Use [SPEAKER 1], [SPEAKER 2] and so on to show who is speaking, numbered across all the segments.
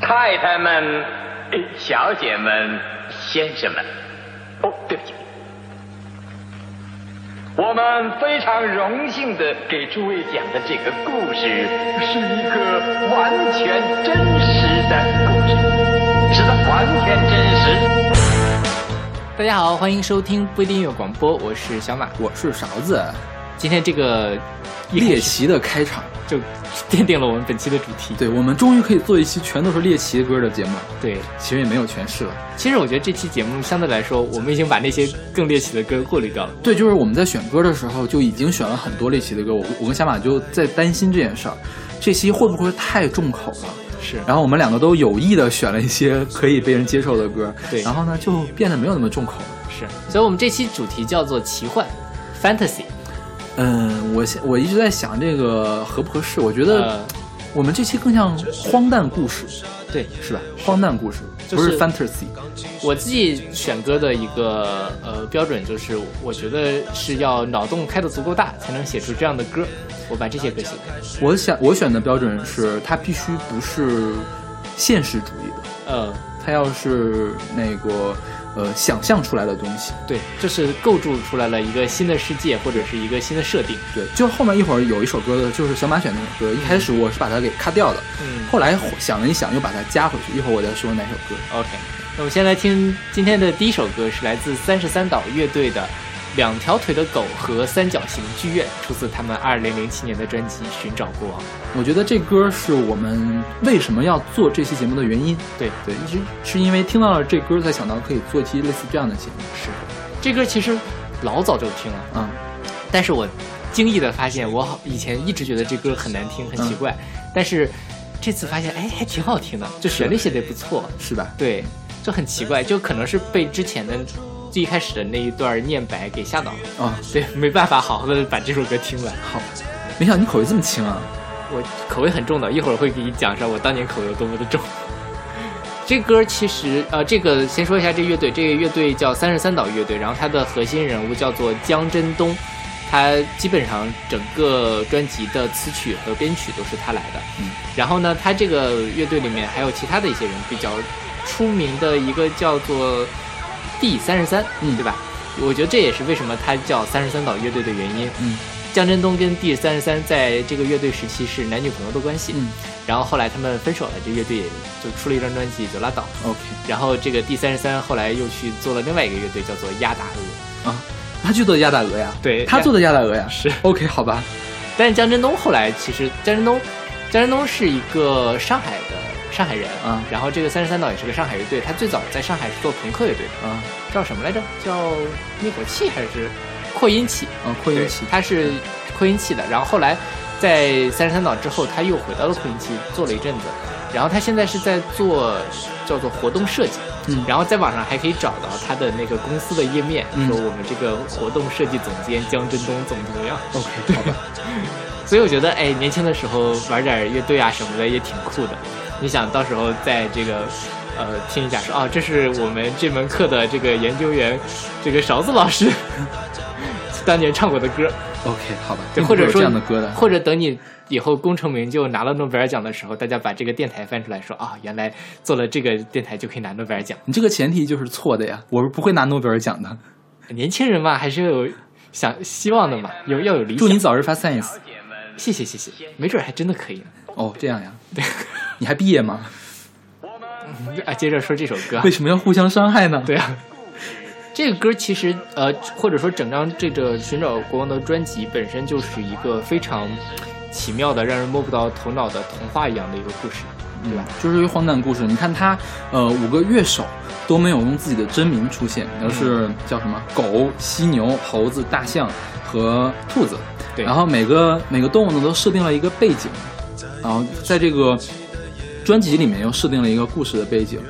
[SPEAKER 1] 太太们、小姐们、先生们，哦，对不起，我们非常荣幸的给诸位讲的这个故事，是一个完全真实的故事，是的，完全真实。
[SPEAKER 2] 大家好，欢迎收听不一定有广播，我是小马。
[SPEAKER 3] 我是勺子，
[SPEAKER 2] 今天这个一开
[SPEAKER 3] 猎
[SPEAKER 2] 始
[SPEAKER 3] 奇的开场，
[SPEAKER 2] 就奠定了我们本期的主题。
[SPEAKER 3] 对我们终于可以做一期全都是猎奇歌的节目了，
[SPEAKER 2] 对，
[SPEAKER 3] 其实也没有全是了。
[SPEAKER 2] 其实我觉得这期节目相对来说，我们已经把那些更猎奇的歌过滤掉了。
[SPEAKER 3] 对，就是我们在选歌的时候就已经选了很多猎奇的歌，我我跟小马就在担心这件事儿，这期会不会太重口了？
[SPEAKER 2] 是
[SPEAKER 3] 然后我们两个都有意的选了一些可以被人接受的歌，
[SPEAKER 2] 对
[SPEAKER 3] 然后呢就变得没有那么重口了。
[SPEAKER 2] 是，所以我们这期主题叫做奇幻 （fantasy）。
[SPEAKER 3] 嗯，我现我一直在想这个合不合适，我觉得
[SPEAKER 2] 呃，
[SPEAKER 3] 我们这期更像荒诞故事，
[SPEAKER 2] 对，
[SPEAKER 3] 是吧？荒诞故事
[SPEAKER 2] 就
[SPEAKER 3] 不是
[SPEAKER 2] 是
[SPEAKER 3] fantasy，
[SPEAKER 2] 我自己选歌的一个呃标准就是，我觉得是要脑洞开的足够大，才能写出这样的歌。我把这些歌写出来。
[SPEAKER 3] 我想我选的标准是，它必须不是现实主义的，
[SPEAKER 2] 呃，
[SPEAKER 3] 它要是那个呃想象出来的东西。
[SPEAKER 2] 对，就是构筑出来了一个新的世界或者是一个新的设定。
[SPEAKER 3] 对，就后面一会儿有一首歌的，就是小马选那首歌，一开始我是把它给咔掉的，
[SPEAKER 2] 嗯
[SPEAKER 3] 后来想了一想，又把它加回去。一会儿我再说哪首歌。
[SPEAKER 2] ，OK。那我们先来听今天的第一首歌，是来自三十三岛乐队的《两条腿的狗和三角形剧院》，出自他们二零零七年的专辑《寻找国王》。
[SPEAKER 3] 我觉得这歌是我们为什么要做这期节目的原因。
[SPEAKER 2] 对，
[SPEAKER 3] 对，一直是因为听到了这歌，才想到可以做一期类似这样的节目。
[SPEAKER 2] 是这歌其实老早就听了，
[SPEAKER 3] 啊、
[SPEAKER 2] 但是我惊异的发现，我好以前一直觉得这歌很难听，很奇怪，但是这次发现，哎，还挺好听的，就旋律写的也不错，
[SPEAKER 3] 是吧？
[SPEAKER 2] 对，就很奇怪，就可能是被之前的最一开始的那一段念白给吓到了，
[SPEAKER 3] 啊、
[SPEAKER 2] 对，没办法好好的把这首歌听完。
[SPEAKER 3] 好，没想到你口味这么轻啊。
[SPEAKER 2] 我口味很重的，一会儿会给你讲上我当年口味有多么的重。 这歌其实，呃，这个先说一下这乐队，这个乐队叫三十三岛乐队，然后它的核心人物叫做江真东，他基本上整个专辑的词曲和编曲都是他来的。
[SPEAKER 3] 嗯，
[SPEAKER 2] 然后呢，他这个乐队里面还有其他的一些人比较出名的一个叫做 D 三十三，
[SPEAKER 3] 嗯
[SPEAKER 2] 对吧？我觉得这也是为什么他叫三十三岛乐队的原因。
[SPEAKER 3] 嗯
[SPEAKER 2] 江振东跟 D 三十三在这个乐队时期是男女朋友的关系，
[SPEAKER 3] 嗯
[SPEAKER 2] 然后后来他们分手了，这乐队也就出了一张专辑就拉倒。
[SPEAKER 3] ，OK。
[SPEAKER 2] 然后这个 D 三十三后来又去做了另外一个乐队，叫做鸭大鹅。
[SPEAKER 3] 啊，他去做鸭大鹅呀？
[SPEAKER 2] 对
[SPEAKER 3] 他做的鸭大鹅呀？
[SPEAKER 2] 是
[SPEAKER 3] OK，好吧，
[SPEAKER 2] 但是江振东后来其实江振东，江振东是一个上海的上海人
[SPEAKER 3] 啊
[SPEAKER 2] 然后这个三十三岛也是个上海乐队，他最早在上海是做朋克乐队的，
[SPEAKER 3] 啊
[SPEAKER 2] 叫什么来着？叫灭火器还是扩音器？
[SPEAKER 3] 啊，扩
[SPEAKER 2] 对
[SPEAKER 3] 音器，
[SPEAKER 2] 他是扩音器的。然后后来在三十三岛之后，他又回到了扩音器做了一阵子。然后他现在是在做叫做活动设计，
[SPEAKER 3] 嗯
[SPEAKER 2] 然后在网上还可以找到他的那个公司的页面，
[SPEAKER 3] 嗯
[SPEAKER 2] 说我们这个活动设计总监江振东怎么怎么样。
[SPEAKER 3] OK，好吧，
[SPEAKER 2] 所以我觉得，哎，年轻的时候玩点乐队啊什么的也挺酷的。你想到时候在这个，呃，听一下说啊，这是我们这门课的这个研究员，这个勺子老师 当年唱过的歌，
[SPEAKER 3] ，OK，好吧，
[SPEAKER 2] 对，
[SPEAKER 3] 并
[SPEAKER 2] 或
[SPEAKER 3] 不会
[SPEAKER 2] 者
[SPEAKER 3] 有
[SPEAKER 2] 说
[SPEAKER 3] 这样的歌的，
[SPEAKER 2] 或者等你以后功成名就拿了诺贝尔奖的时候，大家把这个电台翻出来说啊，原来做了这个电台就可以拿诺贝尔奖。
[SPEAKER 3] 你这个前提就是错的呀，我是不会拿诺贝尔奖的。
[SPEAKER 2] 年轻人嘛，还是有想希望的嘛，有要有理
[SPEAKER 3] 祝你
[SPEAKER 2] 想。
[SPEAKER 3] 早日发 science。
[SPEAKER 1] 姐们
[SPEAKER 2] 谢谢谢谢，没准儿还真的可以呢。
[SPEAKER 3] 哦，这样呀，你还毕业吗？
[SPEAKER 2] 啊，接着说这首歌啊
[SPEAKER 3] 为，什么要互相伤害呢？，
[SPEAKER 2] 对啊。这个歌其实，呃，或者说整张这个《寻找国王》的专辑本身就是一个非常奇妙的、让人摸不着头脑的童话一样的一个故事，对
[SPEAKER 3] 对吧
[SPEAKER 2] 吧？？
[SPEAKER 3] 嗯就是一个荒诞故事。你看他，呃，五个乐手都没有用自己的真名出现，而是叫什么狗、犀牛、猴子、大象和兔子。
[SPEAKER 2] 对
[SPEAKER 3] 然后每个每个动物呢都设定了一个背景，然后在这个专辑里面又设定了一个故事的背景，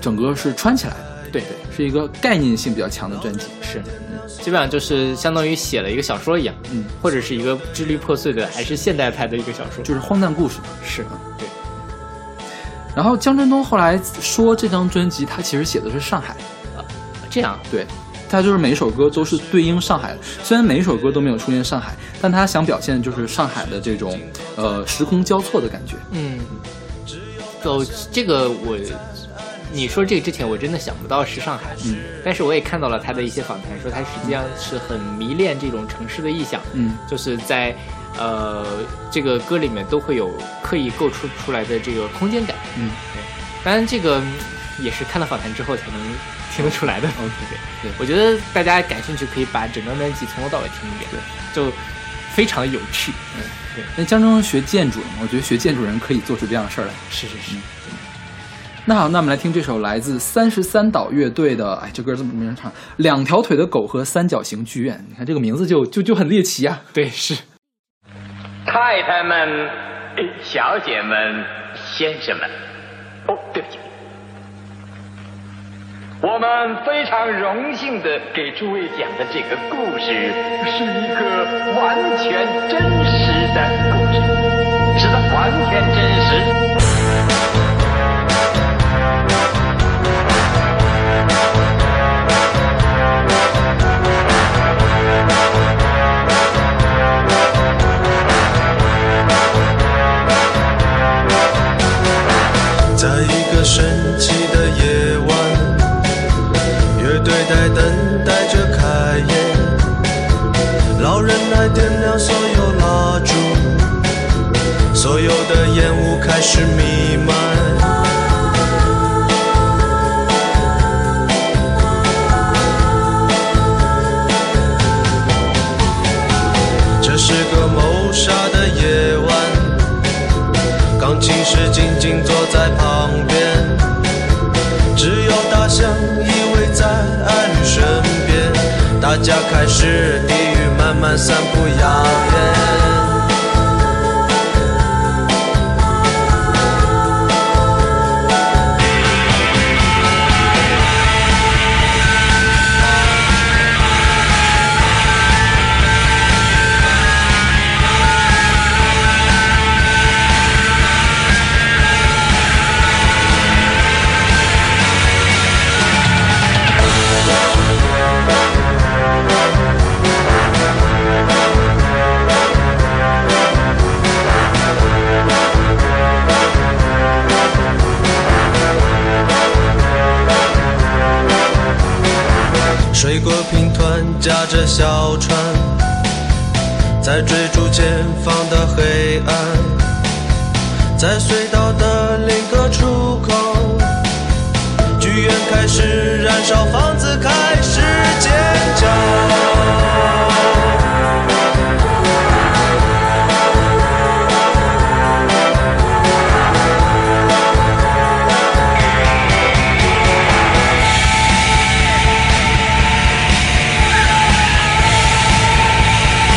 [SPEAKER 3] 整个是穿起来的，
[SPEAKER 2] 对对。
[SPEAKER 3] 是一个概念性比较强的专辑。
[SPEAKER 2] 是，基本上就是相当于写了一个小说一样，
[SPEAKER 3] 嗯，
[SPEAKER 2] 或者是一个支离破碎的，还是现代派的一个小说，
[SPEAKER 3] 就是嗯荒诞故事。
[SPEAKER 2] 是对，
[SPEAKER 3] 然后江振东后来说，这张专辑他其实写的是上海，
[SPEAKER 2] 这样
[SPEAKER 3] 对，他就是每一首歌都是对应上海的，虽然每一首歌都没有出现上海，但他想表现就是上海的这种呃时空交错的感觉。
[SPEAKER 2] 嗯，哦，嗯这个我，你说这个之前我真的想不到是上海，
[SPEAKER 3] 嗯，
[SPEAKER 2] 但是我也看到了他的一些访谈，说他实际上是很迷恋这种城市的意象，
[SPEAKER 3] 嗯
[SPEAKER 2] 就是在呃这个歌里面都会有刻意构出出来的这个空间感，
[SPEAKER 3] 嗯
[SPEAKER 2] 当然这个嗯也是看了访谈之后才能听得出来的。
[SPEAKER 3] ，OK，对
[SPEAKER 2] 我觉得大家感兴趣可以把整张专辑从头到尾听一遍，
[SPEAKER 3] 对，
[SPEAKER 2] 就非常有趣。
[SPEAKER 3] 嗯那江中学建筑，我觉得学建筑人可以做出这样的事儿来。
[SPEAKER 2] 是是是，
[SPEAKER 3] 那好，那我们来听这首来自三十三岛乐队的，哎，这歌这么没人唱，《两条腿的狗和三角形剧院》。你看这个名字就就就很猎奇啊。
[SPEAKER 2] 对是。
[SPEAKER 4] 太太们、小姐们、先生们，哦，对不起，我们非常荣幸的给诸位讲的这个故事，是一个完全真实的故事，是的，完全真实。
[SPEAKER 5] 在一个神奇的夜晚，乐队在等待着开演，老人来点亮所有蜡烛，所有的烟雾开始弥漫。这是个谋杀的夜晚。钢琴师静静坐在旁边，只有大象依偎在爱侣身边。大家开始地狱慢慢散布谣言。水果拼团夹着小船，在追逐前方的黑暗，在隧道的另一个出口，剧院开始燃烧，房子开始尖叫。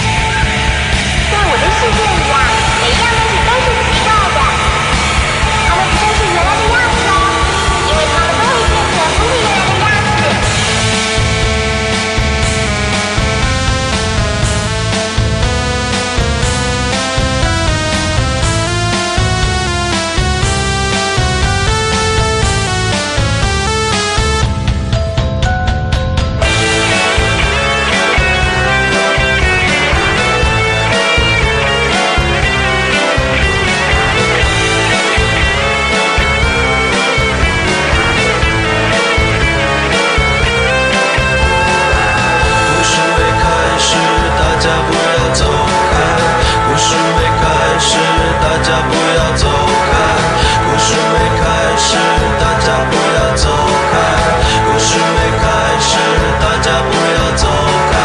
[SPEAKER 6] 在我的世界里啊，每一样东西都是奇怪的，它们不再是原来的样子了，因为它们都已变得不是原来的样子。
[SPEAKER 5] 故事没开始，大家不要走开。故事没开始，大家不要走开。故事没开始，大家不要走开。故事没开始，大家不要走开。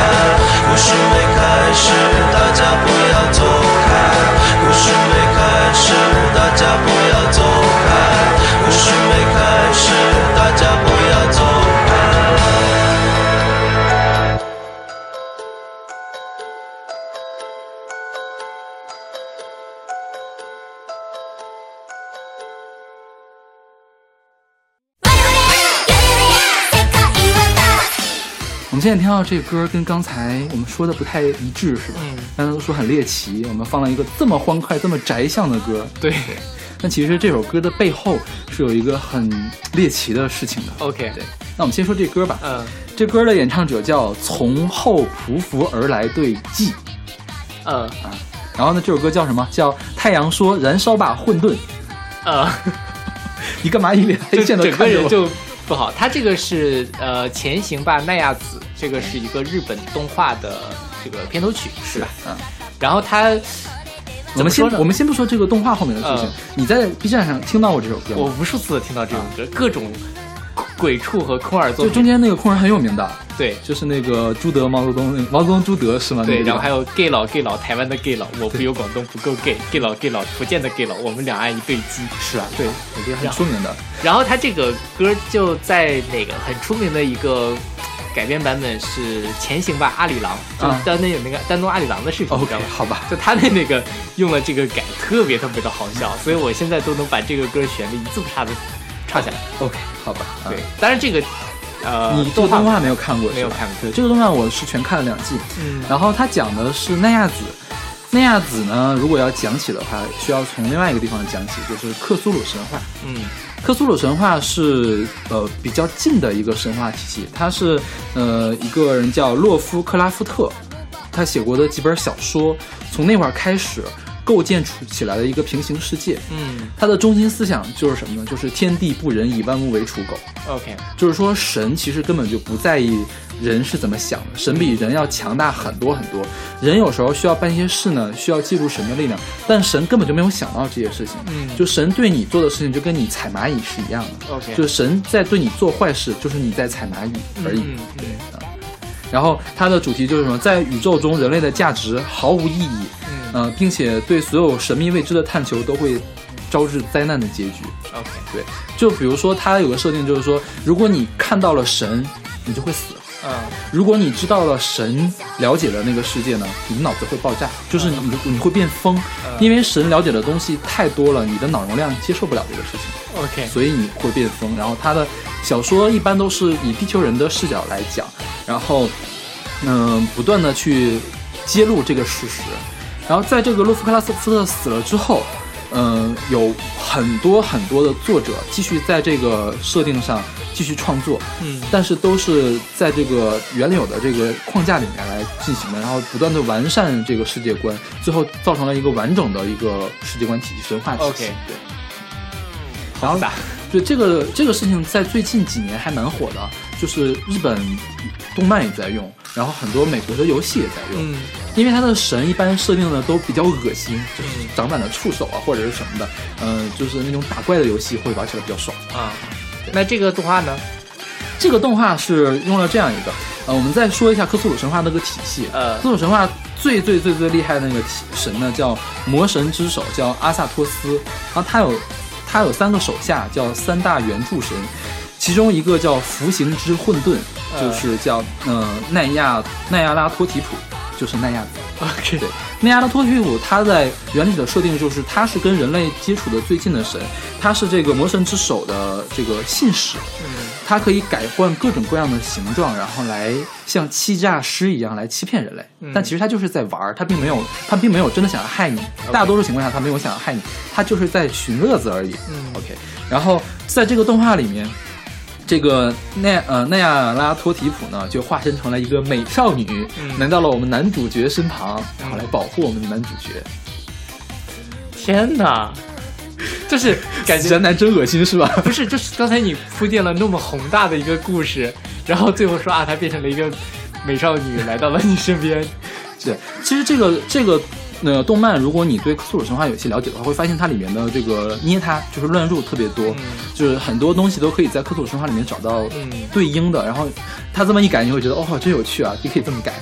[SPEAKER 5] 故事没开始，大家不要走开。故事没开始，大家不要走开。故事没开始，大家不要走开。
[SPEAKER 3] 我们现在听到这歌跟刚才我们说的不太一致，是吧？
[SPEAKER 2] 嗯
[SPEAKER 3] 大家都说很猎奇，我们放了一个这么欢快、这么宅向的歌，
[SPEAKER 2] 对
[SPEAKER 3] 但其实这首歌的背后是有一个很猎奇的事情的。
[SPEAKER 2] ，OK，
[SPEAKER 3] 对，那我们先说这歌吧。
[SPEAKER 2] 嗯
[SPEAKER 3] 这歌的演唱者叫从后匍匐而来对季，
[SPEAKER 2] 呃
[SPEAKER 3] 然后呢，这首歌叫什么？叫《太阳说燃烧吧混沌》。
[SPEAKER 2] 呃，
[SPEAKER 3] 你干嘛一脸黑
[SPEAKER 2] 就
[SPEAKER 3] 线的
[SPEAKER 2] 整个
[SPEAKER 3] 看着
[SPEAKER 2] 人
[SPEAKER 3] 我？
[SPEAKER 2] 就不好。他这个是呃《前行吧，奈亚子》，这个是一个日本动画的这个片头曲，是吧？
[SPEAKER 3] 嗯。
[SPEAKER 2] 然后他
[SPEAKER 3] 我们
[SPEAKER 2] 怎么
[SPEAKER 3] 先
[SPEAKER 2] 说呢
[SPEAKER 3] 我们先不说这个动画后面的事情，
[SPEAKER 2] 嗯
[SPEAKER 3] 你在 B 站上听到过这首歌
[SPEAKER 2] 我
[SPEAKER 3] 吗？嗯
[SPEAKER 2] 无数次地听到这首歌，各种鬼畜和空耳
[SPEAKER 3] 就
[SPEAKER 2] 作品，
[SPEAKER 3] 中间那个空人很有名的，
[SPEAKER 2] 对
[SPEAKER 3] 就是那个朱德毛泽东，那毛泽东朱德是吗？那
[SPEAKER 2] 对，
[SPEAKER 3] 个地
[SPEAKER 2] 然后
[SPEAKER 3] 方
[SPEAKER 2] 还有 gay 佬 gay 佬，台湾的 gay 佬，我不游广东不够 gay，gay 佬 gay 佬，福建的 gay 佬，我们两岸一对鸡。
[SPEAKER 3] 是啊，
[SPEAKER 2] 对，
[SPEAKER 3] 我觉得很出名的。
[SPEAKER 2] 然后他这个歌就在那个很出名的一个改编版本是《前行吧，阿里郎》，就是
[SPEAKER 3] 嗯
[SPEAKER 2] 丹那有那个丹东阿里郎的视频，你
[SPEAKER 3] OK，
[SPEAKER 2] 知道吗？
[SPEAKER 3] 好吧，
[SPEAKER 2] 就他的那个用了这个改，特别特别的好笑，所以我现在都能把这个歌旋律一字不差的唱下来。
[SPEAKER 3] OK，好吧，啊
[SPEAKER 2] 对，，当然这个呃，
[SPEAKER 3] 你这个动画没有看过是吧？
[SPEAKER 2] 没有看过
[SPEAKER 3] 对，这个动画我是全看了两季，
[SPEAKER 2] 嗯
[SPEAKER 3] 然后它讲的是奈亚子。奈亚子呢，如果要讲起的话，需要从另外一个地方讲起，就是克苏鲁神话。
[SPEAKER 2] 嗯
[SPEAKER 3] 克苏鲁神话是呃比较近的一个神话体系，它是呃一个人叫洛夫克拉夫特，他写过的几本小说，从那会儿开始构建出起来的一个平行世界。
[SPEAKER 2] 嗯
[SPEAKER 3] 它的中心思想就是什么呢？就是天地不仁，以万物为刍狗。
[SPEAKER 2] ，OK，
[SPEAKER 3] 就是说神其实根本就不在意人是怎么想的，神比人要强大很多很多。人有时候需要办一些事呢，需要借助神的力量，但神根本就没有想到这些事情。
[SPEAKER 2] 嗯
[SPEAKER 3] 就神对你做的事情，就跟你踩蚂蚁是一样的。
[SPEAKER 2] OK
[SPEAKER 3] 就神在对你做坏事，就是你在踩蚂蚁而已。
[SPEAKER 2] 嗯嗯
[SPEAKER 3] 对啊。然后它的主题就是什么？在宇宙中，人类的价值毫无意义。
[SPEAKER 2] 嗯
[SPEAKER 3] 呃，并且对所有神秘未知的探求都会招致灾难的结局。
[SPEAKER 2] 嗯，OK，
[SPEAKER 3] 对，就比如说它有个设定，就是说，如果你看到了神，你就会死；
[SPEAKER 2] 嗯
[SPEAKER 3] 如果你知道了神，了解了那个世界呢，你的脑子会爆炸，就是你你会变疯，因为神了解的东西太多了，你的脑容量接受不了这个事情，
[SPEAKER 2] ，OK，
[SPEAKER 3] 所以你会变疯。然后他的小说一般都是以地球人的视角来讲，然后嗯、不断的去揭露这个事实。然后在这个洛夫克拉斯夫特死了之后，嗯、有很多很多的作者继续在这个设定上继续创作，
[SPEAKER 2] 嗯
[SPEAKER 3] 但是都是在这个原有的这个框架里面来进行的，然后不断的完善这个世界观，最后造成了一个完整的一个世界观体系、神话体系。
[SPEAKER 2] OK
[SPEAKER 3] 对。然后
[SPEAKER 2] 复杂
[SPEAKER 3] 对这个这个事情，在最近几年还蛮火的，就是日本动漫也在用，然后很多美国的游戏也在用。
[SPEAKER 2] 嗯
[SPEAKER 3] 因为它的神一般设定的都比较恶心，就是
[SPEAKER 2] 嗯
[SPEAKER 3] 长满了触手啊，或者是什么的，嗯、就是那种打怪的游戏会玩起来比较爽。
[SPEAKER 2] 啊，那这个动画呢？
[SPEAKER 3] 这个动画是用了这样一个，呃，我们再说一下克苏鲁神话那个体系。
[SPEAKER 2] 呃
[SPEAKER 3] 克苏鲁神话最最最最厉害的那个体神呢，叫魔神之首，叫阿萨托斯。然后他有他有三个手下，叫三大原柱神，其中一个叫服刑之混沌，就是叫呃奈亚奈亚拉托提普，就是奈亚子。
[SPEAKER 2] OK
[SPEAKER 3] 对，内亚拉托提普他在原体的设定就是他是跟人类接触的最近的神，他是这个魔神之手的这个信使，
[SPEAKER 2] 嗯
[SPEAKER 3] 他可以改换各种各样的形状，然后来像欺诈师一样来欺骗人类。
[SPEAKER 2] 嗯
[SPEAKER 3] 但其实他就是在玩儿，他并没有他并没有真的想要害你，大多数情况下他没有想要害你，他就是在寻乐子而已。
[SPEAKER 2] 嗯
[SPEAKER 3] OK，然后在这个动画里面。这个奈呃奈亚拉托提普呢，就化身成了一个美少女，
[SPEAKER 2] 嗯
[SPEAKER 3] 来到了我们男主角身旁，然后来保护我们的男主角。
[SPEAKER 2] 天哪，就是感
[SPEAKER 3] 死
[SPEAKER 2] 觉
[SPEAKER 3] 宅男真恶心是吧？
[SPEAKER 2] 不是，就是刚才你铺垫了那么宏大的一个故事，然后最后说啊，她变成了一个美少女，来到了你身边。
[SPEAKER 3] 对，其实这个这个呃动漫，如果你对克苏鲁神话有些了解的话，会发现它里面的这个捏它就是乱入特别多，就是很多东西都可以在克苏鲁神话里面找到
[SPEAKER 2] 嗯
[SPEAKER 3] 对应的。然后他这么一改，你会觉得哦，真有趣啊，也可以这么改。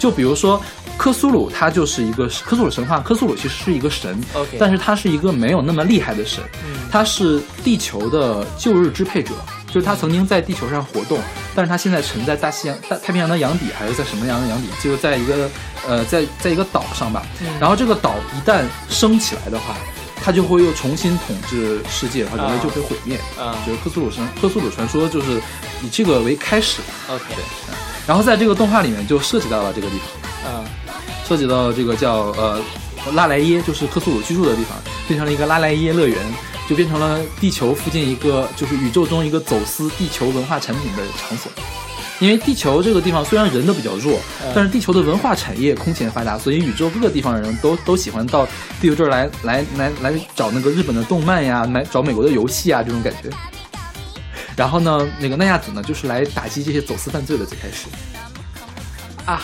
[SPEAKER 3] 就比如说。科苏鲁它就是一个科苏鲁神话，科苏鲁其实是一个神
[SPEAKER 2] OK
[SPEAKER 3] 但是它是一个没有那么厉害的神，他是地球的旧日支配者，就是他曾经在地球上活动，但是他现在沉在大西洋、大太平洋的洋底，还是在什么洋的洋底？就是在一个呃，在在一个岛上吧。然后这个岛一旦升起来的话，它就会又重新统治世界，然后人类就会毁灭。
[SPEAKER 2] 啊
[SPEAKER 3] 就是克苏鲁神克苏鲁传说，就是以这个为开始。
[SPEAKER 2] OK，
[SPEAKER 3] 然后在这个动画里面就涉及到了这个地方，
[SPEAKER 2] 嗯
[SPEAKER 3] 涉及到这个叫呃拉莱耶，就是克苏鲁居住的地方，变成了一个拉莱耶乐园，就变成了地球附近一个就是宇宙中一个走私地球文化产品的场所。因为地球这个地方虽然人都比较弱
[SPEAKER 2] 嗯，
[SPEAKER 3] 但是地球的文化产业空前发达，所以宇宙各个地方的人都都喜欢到地球这儿来来来来找那个日本的动漫呀，来找美国的游戏啊这种感觉。然后呢，那个奈亚子呢，就是来打击这些走私犯罪的。最开始
[SPEAKER 2] 啊，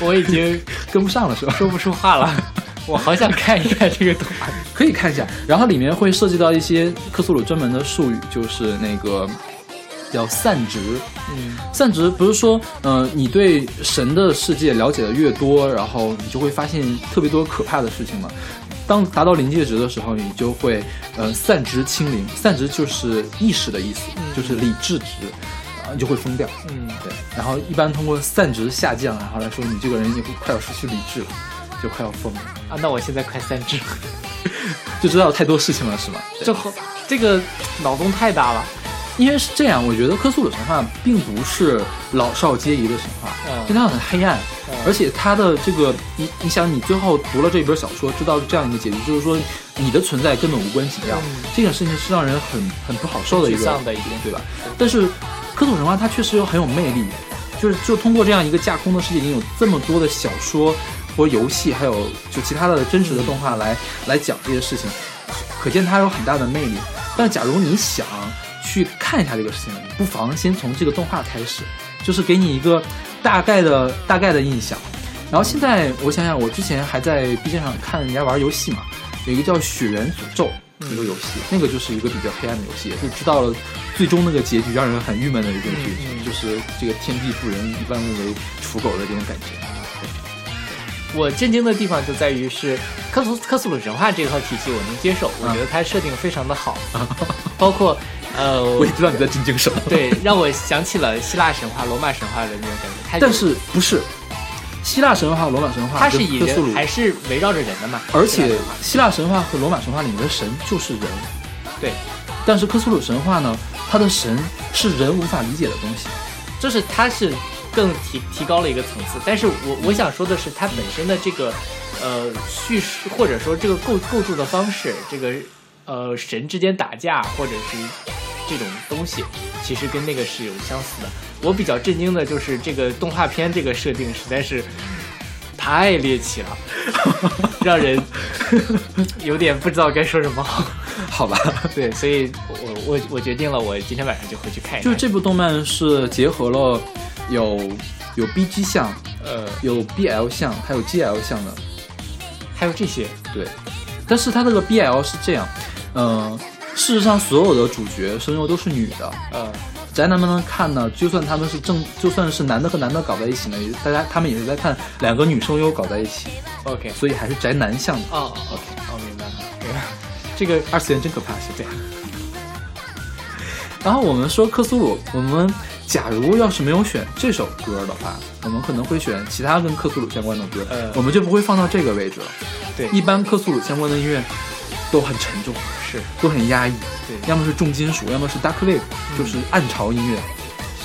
[SPEAKER 2] 我已经
[SPEAKER 3] 跟不上了是吧？
[SPEAKER 2] 说不出话了， 我好想看一看这个动画。
[SPEAKER 3] 可以看一下。然后里面会涉及到一些克苏鲁专门的术语，就是那个叫散值。
[SPEAKER 2] 嗯，
[SPEAKER 3] 散值不是说，呃，你对神的世界了解的越多，然后你就会发现特别多可怕的事情嘛。当达到临界值的时候，你就会，呃，散值清零。散值就是意识的意思，就是理智值，啊，你就会疯掉。
[SPEAKER 2] 嗯
[SPEAKER 3] 对。然后一般通过散值下降，然后来说你这个人已经快要失去理智了，就快要疯了，
[SPEAKER 2] 啊，那我现在快三 只了，
[SPEAKER 3] 就知道太多事情了，是吗？对
[SPEAKER 2] 这好，这个脑洞太大了。
[SPEAKER 3] 因为是这样，我觉得科苏鲁神话并不是老少皆宜的神话，
[SPEAKER 2] 嗯
[SPEAKER 3] 因为它很黑暗，
[SPEAKER 2] 嗯
[SPEAKER 3] 而且它的这个，你你想，你最后读了这本小说，知道这样一个结局，就是说你的存在根本无关紧要，
[SPEAKER 2] 嗯
[SPEAKER 3] 这件事情是让人很很不好受的一
[SPEAKER 2] 沮
[SPEAKER 3] 个
[SPEAKER 2] 丧的已经，
[SPEAKER 3] 对吧？但是科索神话它确实又很有魅力，就是就通过这样一个架空的世界，已经有这么多的小说和游戏，还有就其他的真实的动画来来讲这些事情，可见它有很大的魅力。但假如你想去看一下这个事情，你不妨先从这个动画开始，就是给你一个大概的大概的印象。然后现在我想想，我之前还在 B 站上看人家玩游戏嘛，有一个叫《血缘诅咒》一个游戏，
[SPEAKER 2] 嗯
[SPEAKER 3] 那个就是一个比较黑暗的游戏，也是知道了最终那个结局让人很郁闷的一个结局，
[SPEAKER 2] 嗯嗯
[SPEAKER 3] 就是这个天地不仁，万物为刍狗的这种感觉。
[SPEAKER 2] 嗯我震惊的地方就在于是科苏科苏鲁神话这套体系我能接受，
[SPEAKER 3] 啊
[SPEAKER 2] 我觉得它设定非常的 好，包括呃，
[SPEAKER 3] 我也知道你在震惊什么，
[SPEAKER 2] 对，让我想起了希腊神话、罗马神话的那种感觉。它有
[SPEAKER 3] 但是不是希腊神话、罗马神话，
[SPEAKER 2] 它是以
[SPEAKER 3] 克苏鲁
[SPEAKER 2] 人，还是围绕着人的嘛？
[SPEAKER 3] 而
[SPEAKER 2] 希
[SPEAKER 3] 且
[SPEAKER 2] 腊神话
[SPEAKER 3] 希腊神话和罗马神话里面的神就是人，
[SPEAKER 2] 对，
[SPEAKER 3] 但是克苏鲁神话呢，它的神是人无法理解的东西。
[SPEAKER 2] 就是它是更提提高了一个层次。但是我我想说的是，它本身的这个呃叙事或者说这个构构筑的方式，这个呃神之间打架或者是这种东西，其实跟那个是有相似的。我比较震惊的就是这个动画片这个设定实在是太猎奇了， 让人 有点不知道该说什么好。
[SPEAKER 3] 好吧，
[SPEAKER 2] 对，所以我我我决定了，我今天晚上就回去看一看。
[SPEAKER 3] 就是这部动漫是结合了有有 B G 项、
[SPEAKER 2] 呃，
[SPEAKER 3] 有 B L 项，还有 G L 项的，
[SPEAKER 2] 还有这些，
[SPEAKER 3] 对。但是它这个 B L 是这样，嗯、事实上所有的主角声优都是女的，
[SPEAKER 2] 呃，
[SPEAKER 3] 宅男们能看呢，就算他们是正，就算是男的和男的搞在一起呢，也大家他们也是在看两个女声优搞在一起，
[SPEAKER 2] OK，
[SPEAKER 3] 所以还是宅男向的。
[SPEAKER 2] 哦，OK，哦，明白了，明白了。这个
[SPEAKER 3] 二次元真可怕，是这样。然后我们说克苏鲁，我们假如要是没有选这首歌的话，我们可能会选其他跟克苏鲁相关的歌，
[SPEAKER 2] 呃
[SPEAKER 3] 我们就不会放到这个位置了。
[SPEAKER 2] 对
[SPEAKER 3] 一般克苏鲁相关的音乐都很沉重，
[SPEAKER 2] 是
[SPEAKER 3] 都很压抑，
[SPEAKER 2] 对
[SPEAKER 3] 要么是重金属，要么是 dark wave，、就是暗潮音乐。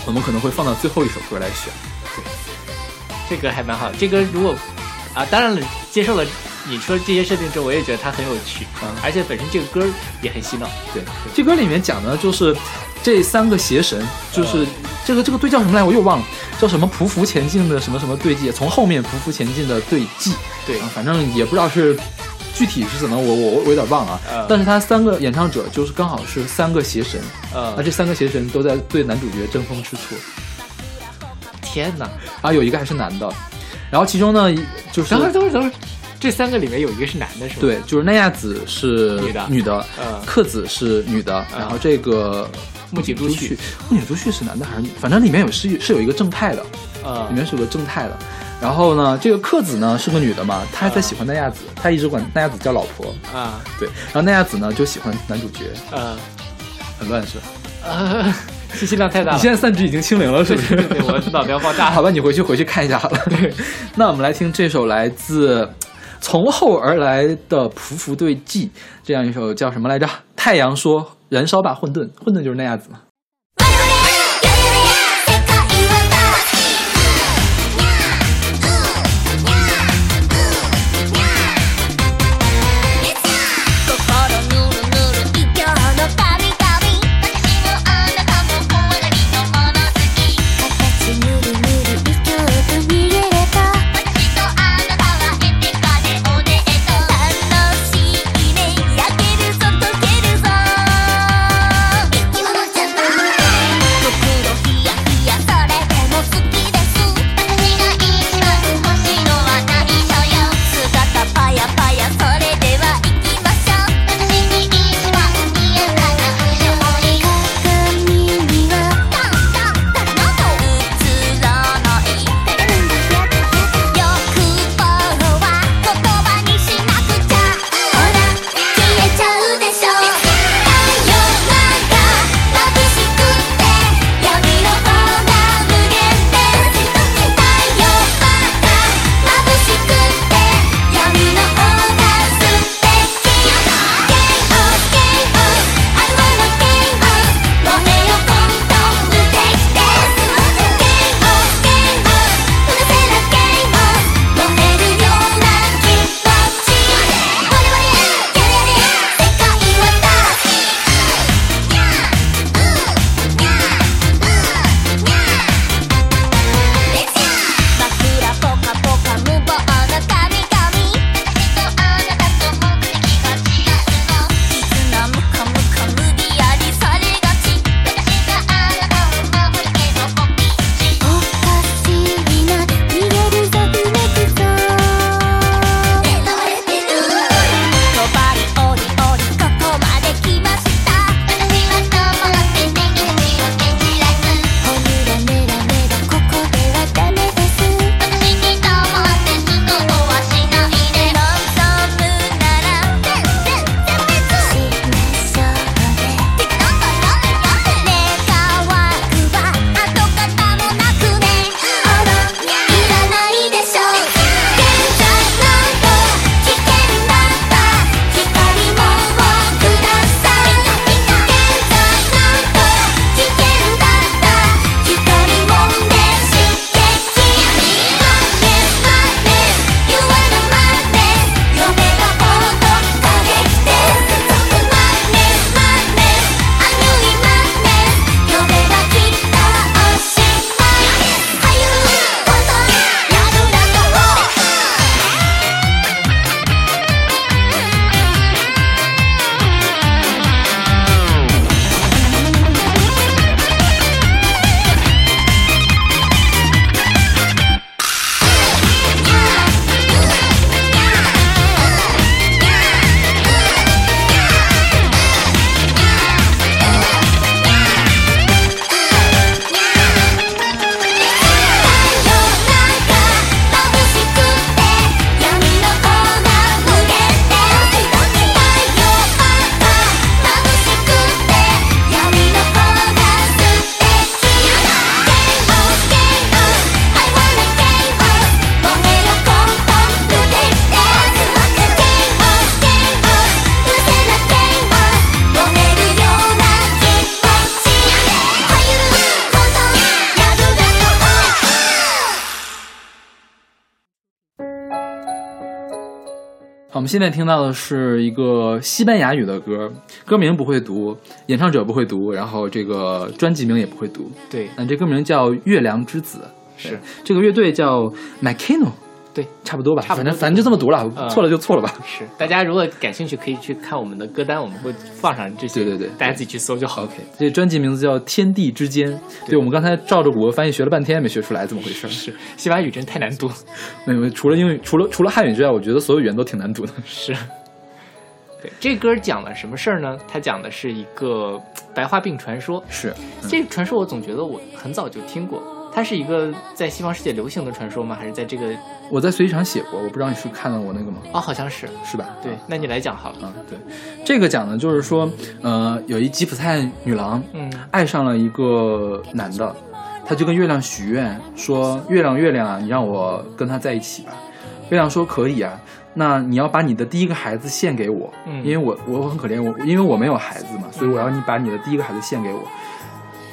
[SPEAKER 3] 我们可能会放到最后一首歌来选。
[SPEAKER 2] 这个还蛮好。这个如果啊，当然了，接受了你说这些设定之后，我也觉得它很有趣，
[SPEAKER 3] 嗯
[SPEAKER 2] 而且本身这个歌也很洗脑。
[SPEAKER 3] 对，这歌里面讲的就是这三个邪神，
[SPEAKER 2] 哦
[SPEAKER 3] 就是这个这个队叫什么来，我又忘了，叫什么匍匐前进的什么什么队记，从后面匍匐前进的队记，
[SPEAKER 2] 对
[SPEAKER 3] 啊，反正也不知道是具体是怎么，我我我有点忘了啊
[SPEAKER 2] 嗯。
[SPEAKER 3] 但是他三个演唱者就是刚好是三个邪神，
[SPEAKER 2] 呃
[SPEAKER 3] 啊，，这三个邪神都在对男主角争风吃醋，
[SPEAKER 2] 天哪！
[SPEAKER 3] 啊，有一个还是男的，然后其中呢就是
[SPEAKER 2] 等会儿，等会儿，等会儿，这三个里面有一个是男的，是吗？，
[SPEAKER 3] 对，就是奈亚子是
[SPEAKER 2] 嗯女的
[SPEAKER 3] 女的
[SPEAKER 2] 嗯，
[SPEAKER 3] 克子是女的，
[SPEAKER 2] 嗯
[SPEAKER 3] 然后这个
[SPEAKER 2] 木槿朱
[SPEAKER 3] 绪
[SPEAKER 2] 绪，
[SPEAKER 3] 木槿朱绪是男的还是女？反正里面有是是有一个正太的，
[SPEAKER 2] 呃
[SPEAKER 3] 里，面是有个正太的。然后呢，这个克子呢是个女的嘛，她还在喜欢奈亚子，
[SPEAKER 2] 嗯
[SPEAKER 3] 她一直管奈亚子叫老婆，
[SPEAKER 2] 啊，
[SPEAKER 3] 对。然后奈亚子呢就喜欢男主角，
[SPEAKER 2] 呃，
[SPEAKER 3] 很乱是吧？
[SPEAKER 2] 呃，信息量太大
[SPEAKER 3] 你
[SPEAKER 2] 了。
[SPEAKER 3] 现在散值已经清零了是不是？
[SPEAKER 2] 对对，我脑袋要爆
[SPEAKER 3] 啊，
[SPEAKER 2] 炸
[SPEAKER 3] 好
[SPEAKER 2] 了。
[SPEAKER 3] 吧，你回去回去看一下好了。那我们来听这首来自《从后而来的匍匐对记》这样一首叫什么来着？太阳说：“燃烧吧，混沌，混沌就是那样子嘛。
[SPEAKER 7] 心ぬるぬる異教のたびたび私のあなたも終わりのもの好き形
[SPEAKER 3] 我们现在听到的是一个西班牙语的歌，歌名不会读，演唱者不会读，然后这个专辑名也不会读。嗯
[SPEAKER 2] 对
[SPEAKER 3] 那这歌名叫《月亮之子》，
[SPEAKER 2] 是
[SPEAKER 3] 对这个乐队叫 Macano，
[SPEAKER 2] 对，
[SPEAKER 3] 差不多吧，
[SPEAKER 2] 差不多
[SPEAKER 3] 反正反正就这么读了，
[SPEAKER 2] 嗯
[SPEAKER 3] 错了就错了吧。
[SPEAKER 2] 是，大家如果感兴趣，可以去看我们的歌单，我们会放上这些，
[SPEAKER 3] 对对对
[SPEAKER 2] 大家自己去搜就好了
[SPEAKER 3] OK，。这专辑名字叫《天地之间》。对我们刚才照着谷歌翻译学了半天，没学出来怎么回事。
[SPEAKER 2] 是，西班牙语真太难读了。
[SPEAKER 3] 没有，除了英语，除了除了汉语之外，我觉得所有语言都挺难读的。
[SPEAKER 2] 是，对，这歌讲了什么事儿呢？它讲的是一个白化病传说。
[SPEAKER 3] 是，
[SPEAKER 2] 这个传说我总觉得我很早就听过，它是一个在西方世界流行的传说吗？还是在这个？
[SPEAKER 3] 我在随机上写过，我不知道你是看到我那个吗？
[SPEAKER 2] 哦，好像是。
[SPEAKER 3] 是吧？
[SPEAKER 2] 对，那你来讲好了。
[SPEAKER 3] 啊，对，这个讲的就是说，呃，有一吉普赛女郎，
[SPEAKER 2] 嗯
[SPEAKER 3] 爱上了一个男的，她就跟月亮许愿说：“月亮，月亮啊，你让我跟他在一起吧。”月亮说：“可以啊，那你要把你的第一个孩子献给我，
[SPEAKER 2] 嗯
[SPEAKER 3] 因为我我很可怜，我因为我没有孩子嘛，所以我要你把你的第一个孩子献给我。”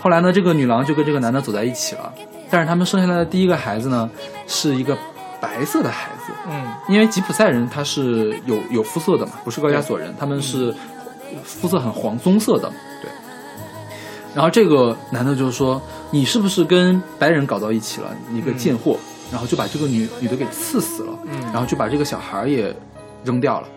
[SPEAKER 3] 后来呢，这个女郎就跟这个男的走在一起了，但是他们生下来的第一个孩子呢，是一个白色的孩子，
[SPEAKER 2] 嗯
[SPEAKER 3] 因为吉普赛人他是有有肤色的嘛，不是高加索人，他们是肤色很黄棕色的。对。然后这个男的就说：“你是不是跟白人搞到一起了？你个贱货！”然后就把这个女女的给刺死了，然后就把这个小孩儿也扔掉了。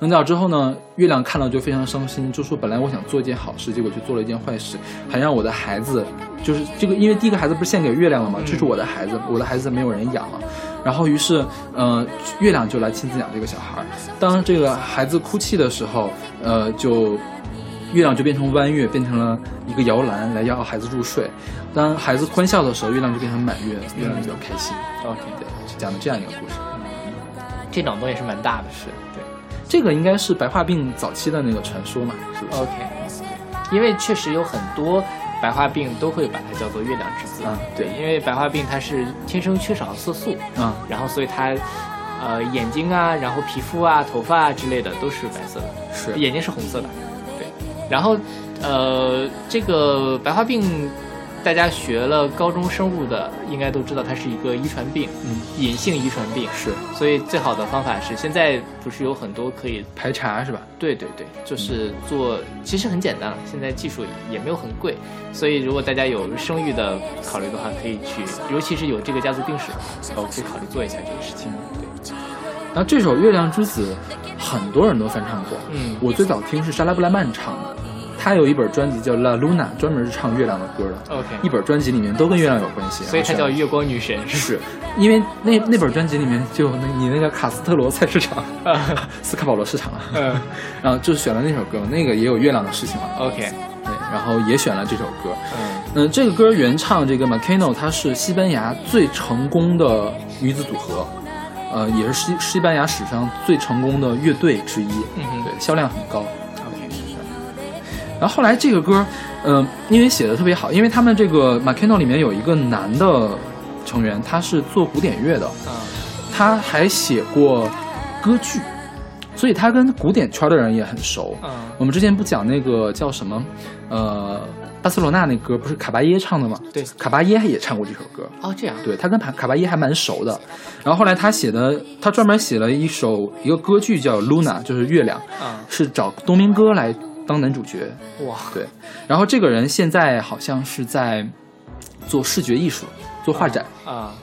[SPEAKER 3] 扔掉之后呢，月亮看了就非常伤心，就说本来我想做一件好事，结果去做了一件坏事，还让我的孩子，就是这个，因为第一个孩子不是献给月亮了吗？这是我的孩子，我的孩子没有人养了。然后于是，呃，月亮就来亲自养这个小孩儿。当这个孩子哭泣的时候，呃，就月亮就变成弯月，变成了一个摇篮来摇孩子入睡。当孩子欢笑的时候，月亮就变成满月，月亮就比较开心。
[SPEAKER 2] ，OK，
[SPEAKER 3] 对，是讲的这样一个故事。
[SPEAKER 2] 这脑洞也是蛮大的。是对。
[SPEAKER 3] 这个应该是白化病早期的那个传说嘛，是不是？
[SPEAKER 2] OK，因为确实有很多白化病都会把它叫做月亮之子。
[SPEAKER 3] 啊对
[SPEAKER 2] 因为白化病它是天生缺少色素，
[SPEAKER 3] 啊、
[SPEAKER 2] 然后所以它呃眼睛啊，然后皮肤啊、头发啊之类的都是白色的，
[SPEAKER 3] 是
[SPEAKER 2] 眼睛是红色的，对。然后呃，这个白化病。大家学了高中生物的，应该都知道它是一个遗传病，
[SPEAKER 3] 嗯，
[SPEAKER 2] 隐性遗传病。
[SPEAKER 3] 是
[SPEAKER 2] 所以最好的方法是，现在不是有很多可以
[SPEAKER 3] 排查是吧？
[SPEAKER 2] 对对对，就是做，其实很简单了，现在技术也没有很贵，所以如果大家有生育的考虑的话，可以去，尤其是有这个家族病史的话，可以考虑做一下这个事情。对，
[SPEAKER 3] 然后这首《月亮之子》，很多人都翻唱过。
[SPEAKER 2] 嗯
[SPEAKER 3] 我最早听是莎拉布莱曼唱的，她有一本专辑叫《La Luna》，专门是唱月亮的歌的。
[SPEAKER 2] OK
[SPEAKER 3] 一本专辑里面都跟月亮有关系，
[SPEAKER 2] 所以它叫
[SPEAKER 3] 然后
[SPEAKER 2] 月光女神，是
[SPEAKER 3] 是，因为那那本专辑里面就有那你那个卡斯特罗菜市场，斯卡保罗市场啊，
[SPEAKER 2] 嗯
[SPEAKER 3] 然后就是选了那首歌，那个也有月亮的事情嘛，
[SPEAKER 2] ，OK，
[SPEAKER 3] 对，然后也选了这首歌，
[SPEAKER 2] 嗯
[SPEAKER 3] 嗯，这个歌原唱这个 Macano，她是西班牙最成功的女子组合，呃，也是西西班牙史上最成功的乐队之一，
[SPEAKER 2] 嗯哼
[SPEAKER 3] 对，销量很高。
[SPEAKER 2] ，OK，
[SPEAKER 3] 然后后来这个歌，嗯、因为写的特别好，因为他们这个 Macano 里面有一个男的成员，他是做古典乐的，
[SPEAKER 2] 嗯
[SPEAKER 3] 他还写过歌剧，所以他跟古典圈的人也很熟。
[SPEAKER 2] 嗯
[SPEAKER 3] 我们之前不讲那个叫什么，呃，巴塞罗那那歌不是卡巴耶唱的吗？
[SPEAKER 2] 对
[SPEAKER 3] 卡巴耶也唱过这首歌。
[SPEAKER 2] 哦这样，
[SPEAKER 3] 对他跟卡卡巴耶还蛮熟的，然后后来他写的，他专门写了一首一个歌剧叫《Luna》，就是月亮，
[SPEAKER 2] 嗯，
[SPEAKER 3] 是找东明哥来当男主角。
[SPEAKER 2] 哇，
[SPEAKER 3] 对，然后这个人现在好像是在做视觉艺术，做画展。
[SPEAKER 2] 啊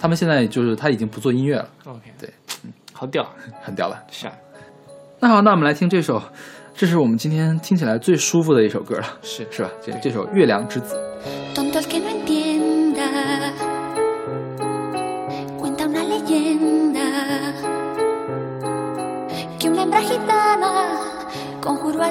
[SPEAKER 3] 他们现在就是他已经不做音乐了，
[SPEAKER 2] 嗯，OK，
[SPEAKER 3] 对，
[SPEAKER 2] 好屌，
[SPEAKER 3] 很屌了。
[SPEAKER 2] 是啊，
[SPEAKER 3] 那好，那我们来听这首，这是我们今天听起来最舒服的一首歌了，
[SPEAKER 2] 是
[SPEAKER 3] 是吧？这这首《月亮之子》。
[SPEAKER 7] Tonto el que no entienda. Cuenta una leyenda que una hembra gitana conjuró a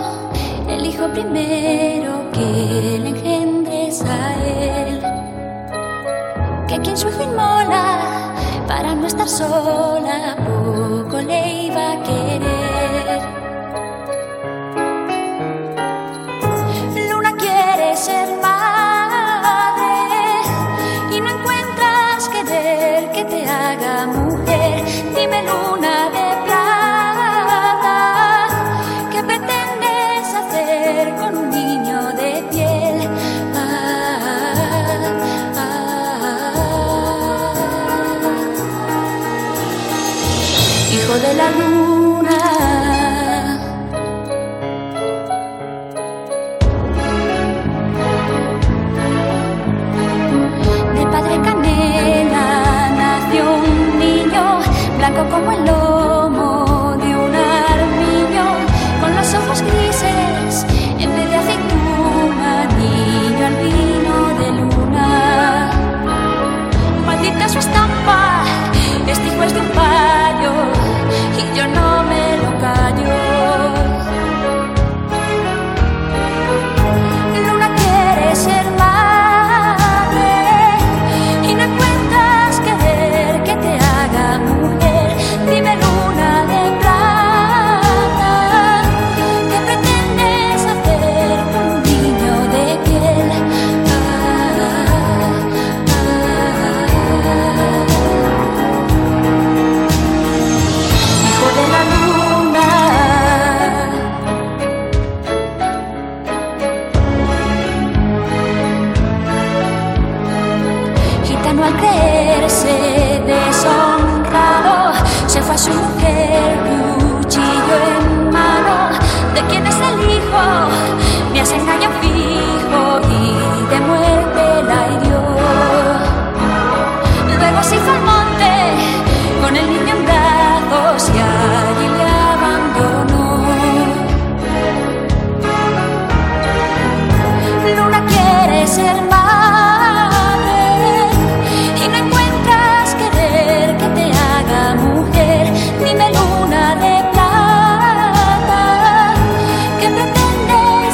[SPEAKER 7] el hijo primero que le engendres a él. Que quien su hijo inmola para no estar sola, poco le iba a querer.
[SPEAKER 8] Ah, este Ah,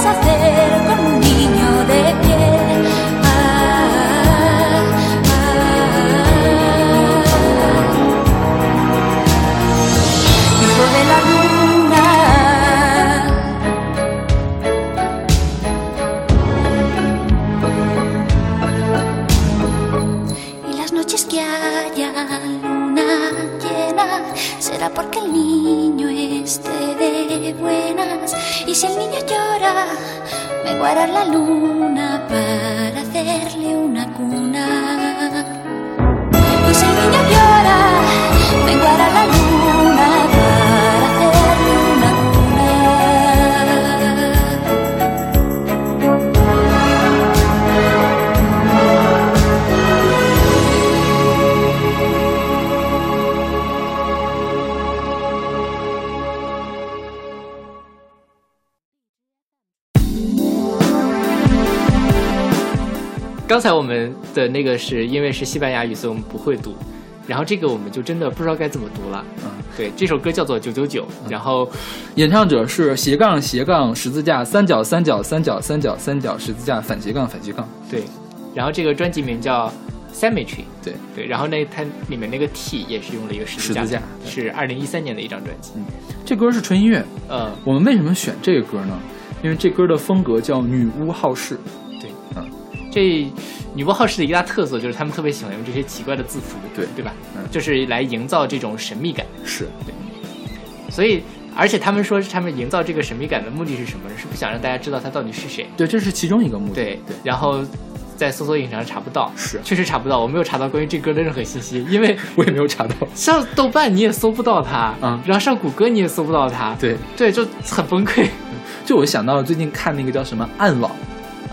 [SPEAKER 7] llora porque el niño esté de buenas. Y si el niño llora, me guarda la luna para hacerle una cuna. Y si el niño llora, me guarda la luna para hacerle una cuna.
[SPEAKER 2] 刚才我们的那个是因为是西班牙语，所以我们不会读。然后这个我们就真的不知道该怎么读了。
[SPEAKER 3] 嗯
[SPEAKER 2] 对，这首歌叫做《九九九》，然后
[SPEAKER 3] 演唱者是斜杠斜杠十字架三角三角三角三角三角十字架反斜杠反斜杠。
[SPEAKER 2] 对，然后这个专辑名叫 Symmetry，
[SPEAKER 3] 对，
[SPEAKER 2] 对，然后那它里面那个 T 也是用了一个十字架，
[SPEAKER 3] 十字架对
[SPEAKER 2] 是二零一三年的一张专辑。
[SPEAKER 3] 这歌是纯音乐。
[SPEAKER 2] 呃，
[SPEAKER 3] 我们为什么选这个歌呢？因为这歌的风格叫女巫好事。
[SPEAKER 2] 对，
[SPEAKER 3] 嗯，
[SPEAKER 2] 这女巫好事的一大特色就是他们特别喜欢用这些奇怪的字符，
[SPEAKER 3] 对
[SPEAKER 2] 对吧？
[SPEAKER 3] 嗯
[SPEAKER 2] 就是来营造这种神秘感。
[SPEAKER 3] 是对，
[SPEAKER 2] 所以，而且他们说他们营造这个神秘感的目的是什么？是不想让大家知道他到底是谁。
[SPEAKER 3] 对，这是其中一个目的。
[SPEAKER 2] 对，
[SPEAKER 3] 对，
[SPEAKER 2] 然后在搜索引擎上查不到，
[SPEAKER 3] 是
[SPEAKER 2] 确实查不到，我没有查到关于这歌的任何信息，因为
[SPEAKER 3] 我也没有查到。
[SPEAKER 2] 上豆瓣你也搜不到它，
[SPEAKER 3] 嗯
[SPEAKER 2] 然后上谷歌你也搜不到它，
[SPEAKER 3] 对，
[SPEAKER 2] 对，就很 崩溃，
[SPEAKER 3] 就我想到了最近看那个叫什么《暗网》，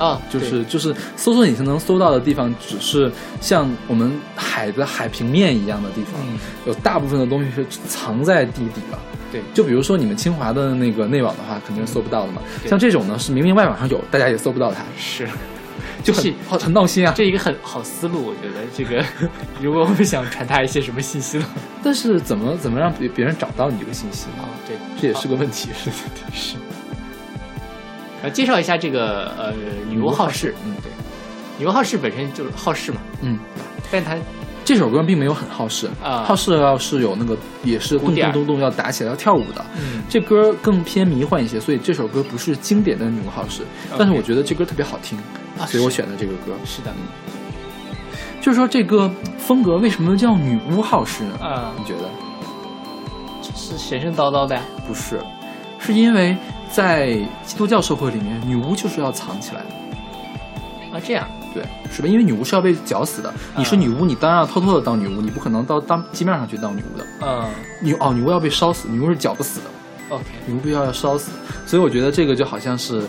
[SPEAKER 2] 啊，
[SPEAKER 3] 就是就是搜索引擎能搜到的地方，只是像我们海的海平面一样的地方，
[SPEAKER 2] 嗯
[SPEAKER 3] 有大部分的东西是藏在地底了。
[SPEAKER 2] 对
[SPEAKER 3] 就比如说你们清华的那个内网的话，肯定是搜不到的嘛。
[SPEAKER 2] 对
[SPEAKER 3] 像这种呢，是明明外网上有，大家也搜不到它，
[SPEAKER 2] 是。
[SPEAKER 3] 就很
[SPEAKER 2] 是
[SPEAKER 3] 好很闹心啊。
[SPEAKER 2] 这一个很好思路，我觉得这个， 如果我们想传达一些什么信息的话，
[SPEAKER 3] 但是怎么怎么让别别人找到你这个信息呢？
[SPEAKER 2] 啊，对，
[SPEAKER 3] 这也是个问题。
[SPEAKER 2] 是。呃，介绍一下这个呃女巫好事，
[SPEAKER 3] 嗯，
[SPEAKER 2] 对，女巫好事本身就是好事嘛，
[SPEAKER 3] 嗯，
[SPEAKER 2] 但它
[SPEAKER 3] 这首歌并没有很好事
[SPEAKER 2] 啊
[SPEAKER 3] 好事要是有那个也是
[SPEAKER 2] 鼓
[SPEAKER 3] 咚
[SPEAKER 2] 点儿
[SPEAKER 3] 咚咚咚要打起来要跳舞的，
[SPEAKER 2] 嗯
[SPEAKER 3] 这歌更偏迷幻一些，所以这首歌不是经典的女巫好事，但是我觉得这歌特别好听，
[SPEAKER 2] 啊
[SPEAKER 3] 所以我
[SPEAKER 2] 是
[SPEAKER 3] 选的这个歌。
[SPEAKER 2] 是的，
[SPEAKER 3] 就是说这个风格为什么叫女巫好事呢？
[SPEAKER 2] 啊
[SPEAKER 3] 你觉得？
[SPEAKER 2] 是神神叨叨的呀，
[SPEAKER 3] 不是，是因为在基督教社会里面，女巫就是要藏起来的。
[SPEAKER 2] 啊，这样，
[SPEAKER 3] 对，是吧？因为女巫是要被绞死的。你
[SPEAKER 2] 啊
[SPEAKER 3] 是女巫，你当然要偷偷的当女巫，你不可能到当街面上去当女巫的。
[SPEAKER 2] 嗯
[SPEAKER 3] 女哦，女巫要被烧死，女巫是绞不死的。
[SPEAKER 2] ，OK，
[SPEAKER 3] 女巫必须要烧死，所以我觉得这个就好像是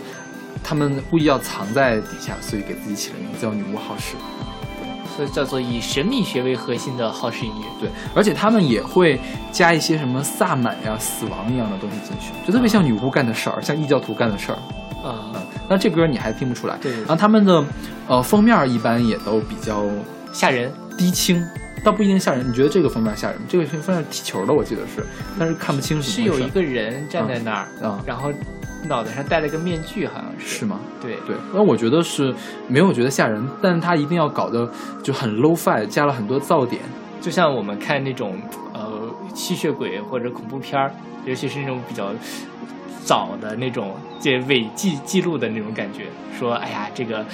[SPEAKER 3] 他们故意要藏在底下，所以给自己起了名字叫女巫好事。
[SPEAKER 2] 所以叫做以神秘学为核心的好事音乐，
[SPEAKER 3] 对，而且他们也会加一些什么萨满呀、死亡一样的东西进去，就特别像女巫干的事儿，像异教徒干的事儿。嗯
[SPEAKER 2] 啊，
[SPEAKER 3] 那这歌你还听不出来。
[SPEAKER 2] 对对对
[SPEAKER 3] 然后他们的呃封面一般也都比较
[SPEAKER 2] 吓人，
[SPEAKER 3] 低清，倒不一定吓人。你觉得这个封面吓人吗？这个封面踢球的，我记得是，但是看不清
[SPEAKER 2] 是
[SPEAKER 3] 什么
[SPEAKER 2] 有
[SPEAKER 3] 回事
[SPEAKER 2] 一个人站在那儿，
[SPEAKER 3] 啊、
[SPEAKER 2] 然后脑袋上戴了个面具，好像是，
[SPEAKER 3] 是吗？
[SPEAKER 2] 对
[SPEAKER 3] 对，那我觉得是没有觉得吓人，但是他一定要搞得就很 low fi，加了很多噪点。
[SPEAKER 2] 就像我们看那种呃吸血鬼或者恐怖片儿，尤其是那种比较早的那种这伪记记录的那种感觉，说哎呀这个。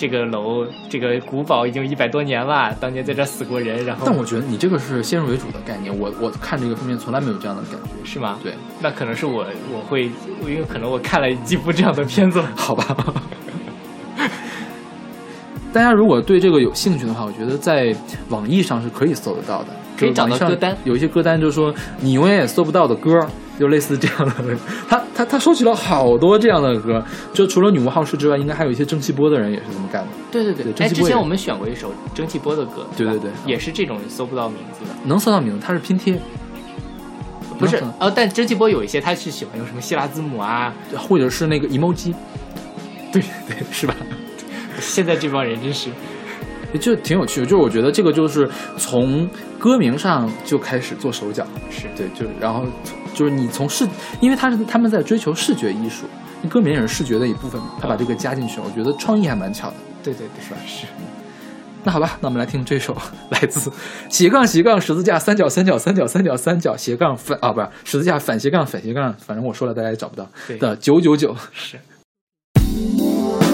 [SPEAKER 2] 这个楼，这个古堡已经一百多年了，当年在这儿死过人，然后
[SPEAKER 3] 但我觉得你这个是先入为主的概念，我我看这个封面从来没有这样的感觉。
[SPEAKER 2] 是吗？
[SPEAKER 3] 对，
[SPEAKER 2] 那可能是我我会，因为可能我看了几部这样的 片子了。
[SPEAKER 3] 好吧。大家如果对这个有兴趣的话，我觉得在网易上是可以搜得到的，
[SPEAKER 2] 可以
[SPEAKER 3] 就是网易
[SPEAKER 2] 找到
[SPEAKER 3] 上
[SPEAKER 2] 歌单
[SPEAKER 3] 有一些歌单就是说你永远也搜不到的歌，就类似这样的。他他他收集了好多这样的歌，就除了女巫好事之外，应该还有一些蒸汽波的人也是这么干的。
[SPEAKER 2] 对对
[SPEAKER 3] 对
[SPEAKER 2] 哎，
[SPEAKER 3] 蒸汽
[SPEAKER 2] 之
[SPEAKER 3] 波
[SPEAKER 2] 前
[SPEAKER 3] 也
[SPEAKER 2] 我们选过一首蒸汽波的歌，
[SPEAKER 3] 对
[SPEAKER 2] 吧
[SPEAKER 3] 对对
[SPEAKER 2] 也是这种搜不到名字的，
[SPEAKER 3] 能搜到名字，它是拼贴，
[SPEAKER 2] 不是
[SPEAKER 3] 能搜到
[SPEAKER 2] 哦，但蒸汽波有一些他是喜欢用什么希腊字母啊，
[SPEAKER 3] 或者是那个 emoji，
[SPEAKER 2] 对对是吧？ 现在这帮人真是，
[SPEAKER 3] 就挺有趣的。就是我觉得这个就是从歌名上就开始做手脚，
[SPEAKER 2] 是
[SPEAKER 3] 对，就是然后就是你从视，因为他是他们在追求视觉艺术，歌名也是视觉的一部分嘛，他把这个加进去，我觉得创意还蛮巧的。
[SPEAKER 2] 对对对，是吧？是
[SPEAKER 3] 那好吧，那我们来听这首来自斜杠斜杠十字架三角三角三角三角三角斜杠反啊，不是十字架反斜杠反斜杠，反正我说了大家也找不到
[SPEAKER 2] 对
[SPEAKER 3] 的九九九。
[SPEAKER 2] 是。
[SPEAKER 9] 我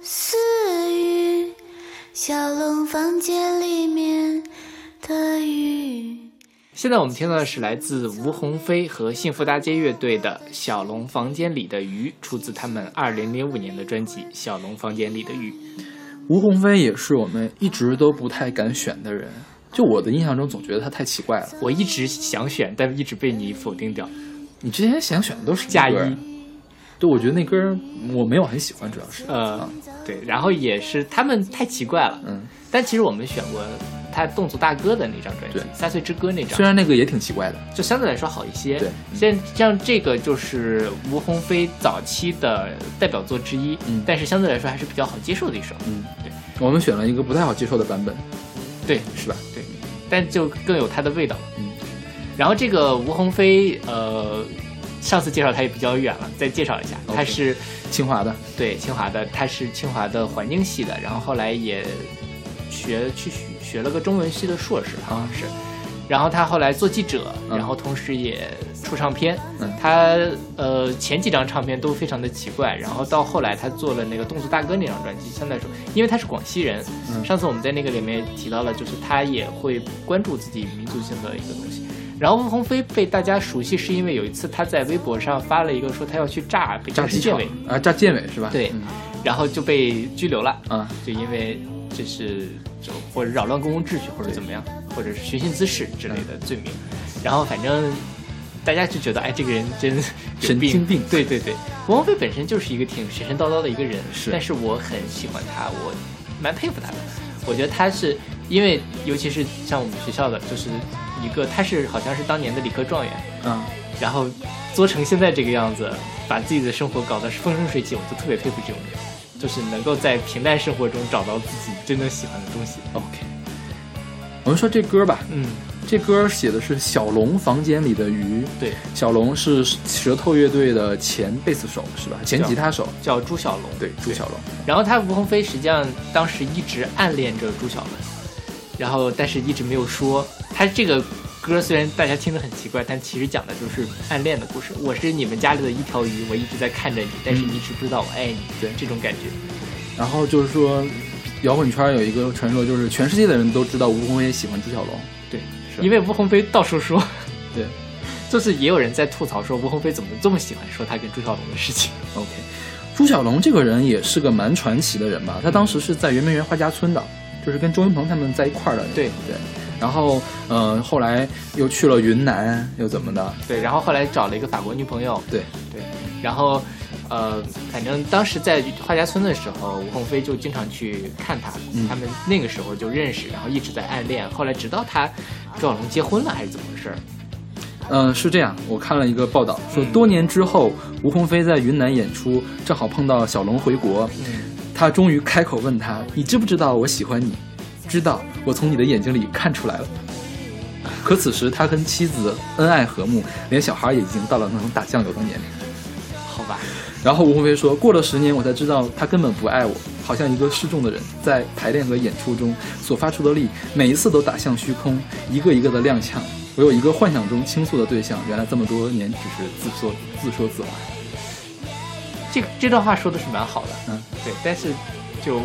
[SPEAKER 8] 私语，小笼房间里面的雨。
[SPEAKER 2] 现在我们听到的是来自吴鸿飞和幸福大街乐队的《小龙房间里的鱼》，出自他们二零零五年的专辑《小龙房间里的鱼》。
[SPEAKER 3] 吴鸿飞也是我们一直都不太敢选的人，就我的印象中总觉得他太奇怪了。
[SPEAKER 2] 我一直想选，但一直被你否定掉。
[SPEAKER 3] 你之前想选的都是
[SPEAKER 2] 嫁
[SPEAKER 3] 一，
[SPEAKER 2] 衣，
[SPEAKER 3] 对，我觉得那歌儿我没有很喜欢，主要是
[SPEAKER 2] 呃，对，然后也是他们太奇怪了。
[SPEAKER 3] 啊嗯，
[SPEAKER 2] 但其实我们选过他侗族大哥的那张专辑
[SPEAKER 3] 对
[SPEAKER 2] 《三岁之歌》那张
[SPEAKER 3] 虽，然那个也挺奇怪的，
[SPEAKER 2] 就相对来说好一些。
[SPEAKER 3] 对
[SPEAKER 2] 像像这个就是吴鸿飞早期的代表作之一，
[SPEAKER 3] 嗯
[SPEAKER 2] 但是相对来说还是比较好接受的一首。
[SPEAKER 3] 嗯，
[SPEAKER 2] 对
[SPEAKER 3] 我们选了一个不太好接受的版本，
[SPEAKER 2] 对，
[SPEAKER 3] 是吧？
[SPEAKER 2] 对，但就更有它的味道。
[SPEAKER 3] 嗯，
[SPEAKER 2] 然后这个吴鸿飞，呃，上次介绍他也比较远了，再介绍一下，
[SPEAKER 3] OK
[SPEAKER 2] 他是
[SPEAKER 3] 清华的，
[SPEAKER 2] 对清华的，他是清华的环境系的，然后后来也学去学学了个中文系的硕士，好像是。然后他后来做记者，
[SPEAKER 3] 嗯
[SPEAKER 2] 然后同时也出唱片。
[SPEAKER 3] 嗯
[SPEAKER 2] 他呃前几张唱片都非常的奇怪，然后到后来他做了那个《侗族大哥》那张专辑，相对来说，因为他是广西人，
[SPEAKER 3] 嗯
[SPEAKER 2] 上次我们在那个里面也提到了，就是他也会关注自己民族性的一个东西。然后鸿飞被大家熟悉是因为有一次他在微博上发了一个说他要去炸北
[SPEAKER 3] 炸
[SPEAKER 2] 京市
[SPEAKER 3] 机
[SPEAKER 2] 建
[SPEAKER 3] 场
[SPEAKER 2] 委，
[SPEAKER 3] 啊，炸建委是吧？
[SPEAKER 2] 对
[SPEAKER 3] 嗯
[SPEAKER 2] 然后就被拘留了，
[SPEAKER 3] 啊，
[SPEAKER 2] 就因为这是就或者扰乱公共秩序或者怎么样，或者是寻衅滋事之类
[SPEAKER 3] 嗯
[SPEAKER 2] 的罪名。然后反正大家就觉得，哎，这个人真有
[SPEAKER 3] 神经病
[SPEAKER 2] 对对对，王菲本身就是一个挺神神叨叨的一个人，
[SPEAKER 3] 是
[SPEAKER 2] 但是我很喜欢他，我蛮佩服他的。我觉得他是因为，尤其是像我们学校的，就是一个他是好像是当年的理科状元，
[SPEAKER 3] 啊，
[SPEAKER 2] 然后做成现在这个样子，把自己的生活搞得是风生水起，我就特别佩服这种人，就是能够在平淡生活中找到自己真正喜欢的东西。
[SPEAKER 3] OK，我们说这歌吧，
[SPEAKER 2] 嗯，
[SPEAKER 3] 这歌写的是小龙房间里的鱼。
[SPEAKER 2] 对，
[SPEAKER 3] 小龙是舌头乐队的前贝斯手是吧？前
[SPEAKER 2] 叫
[SPEAKER 3] 吉他手，
[SPEAKER 2] 叫朱小龙。
[SPEAKER 3] 对，朱小龙。
[SPEAKER 2] 然后他吴鸿飞实际上当时一直暗恋着朱小龙，然后但是一直没有说。他这个歌虽然大家听得很奇怪，但其实讲的就是暗恋的故事。我是你们家里的一条鱼，我一直在看着你，但是你一直不知道我爱你，
[SPEAKER 3] 嗯对
[SPEAKER 2] 这种感觉。
[SPEAKER 3] 然后就是说，摇滚圈有一个传说，就是全世界的人都知道吴鸿飞喜欢朱小龙。
[SPEAKER 2] 对，
[SPEAKER 3] 是
[SPEAKER 2] 因为吴鸿飞到处说。
[SPEAKER 3] 对
[SPEAKER 2] 就是也有人在吐槽说吴鸿飞怎么这么喜欢说他跟朱小龙的事 情。
[SPEAKER 3] ，OK。朱小龙这个人也是个蛮传奇的人吧？他当时是在圆明园画家村的，就是跟周云鹏他们在一块儿的。
[SPEAKER 2] 对
[SPEAKER 3] 对。然后，呃，后来又去了云南，又怎么的？
[SPEAKER 2] 对，然后后来找了一个法国女朋友，
[SPEAKER 3] 对，
[SPEAKER 2] 对，然后呃，反正当时在画家村的时候，吴鸿飞就经常去看他，
[SPEAKER 3] 嗯
[SPEAKER 2] 他们那个时候就认识，然后一直在暗恋，后来直到他朱小龙结婚了还是怎么回事儿？
[SPEAKER 3] 嗯，是这样，我看了一个报道，说多年之后，吴鸿飞在云南演出，正好碰到小龙回国，
[SPEAKER 2] 嗯，
[SPEAKER 3] 他终于开口问他：“你知不知道我喜欢你？”“知道，我从你的眼睛里看出来了。”可此时他跟妻子恩爱和睦，连小孩也已经到了能打酱油的年龄。
[SPEAKER 2] 好吧，
[SPEAKER 3] 然后吴鸿飞说：“过了十年，我才知道他根本不爱我，好像一个失重的人在排练和演出中所发出的力，每一次都打向虚空，一个一个的踉跄。我有一个幻想中倾诉的对象，原来这么多年只是自说自说 自话。
[SPEAKER 2] 这这段话说的是蛮好的，
[SPEAKER 3] 嗯，
[SPEAKER 2] 对，但是就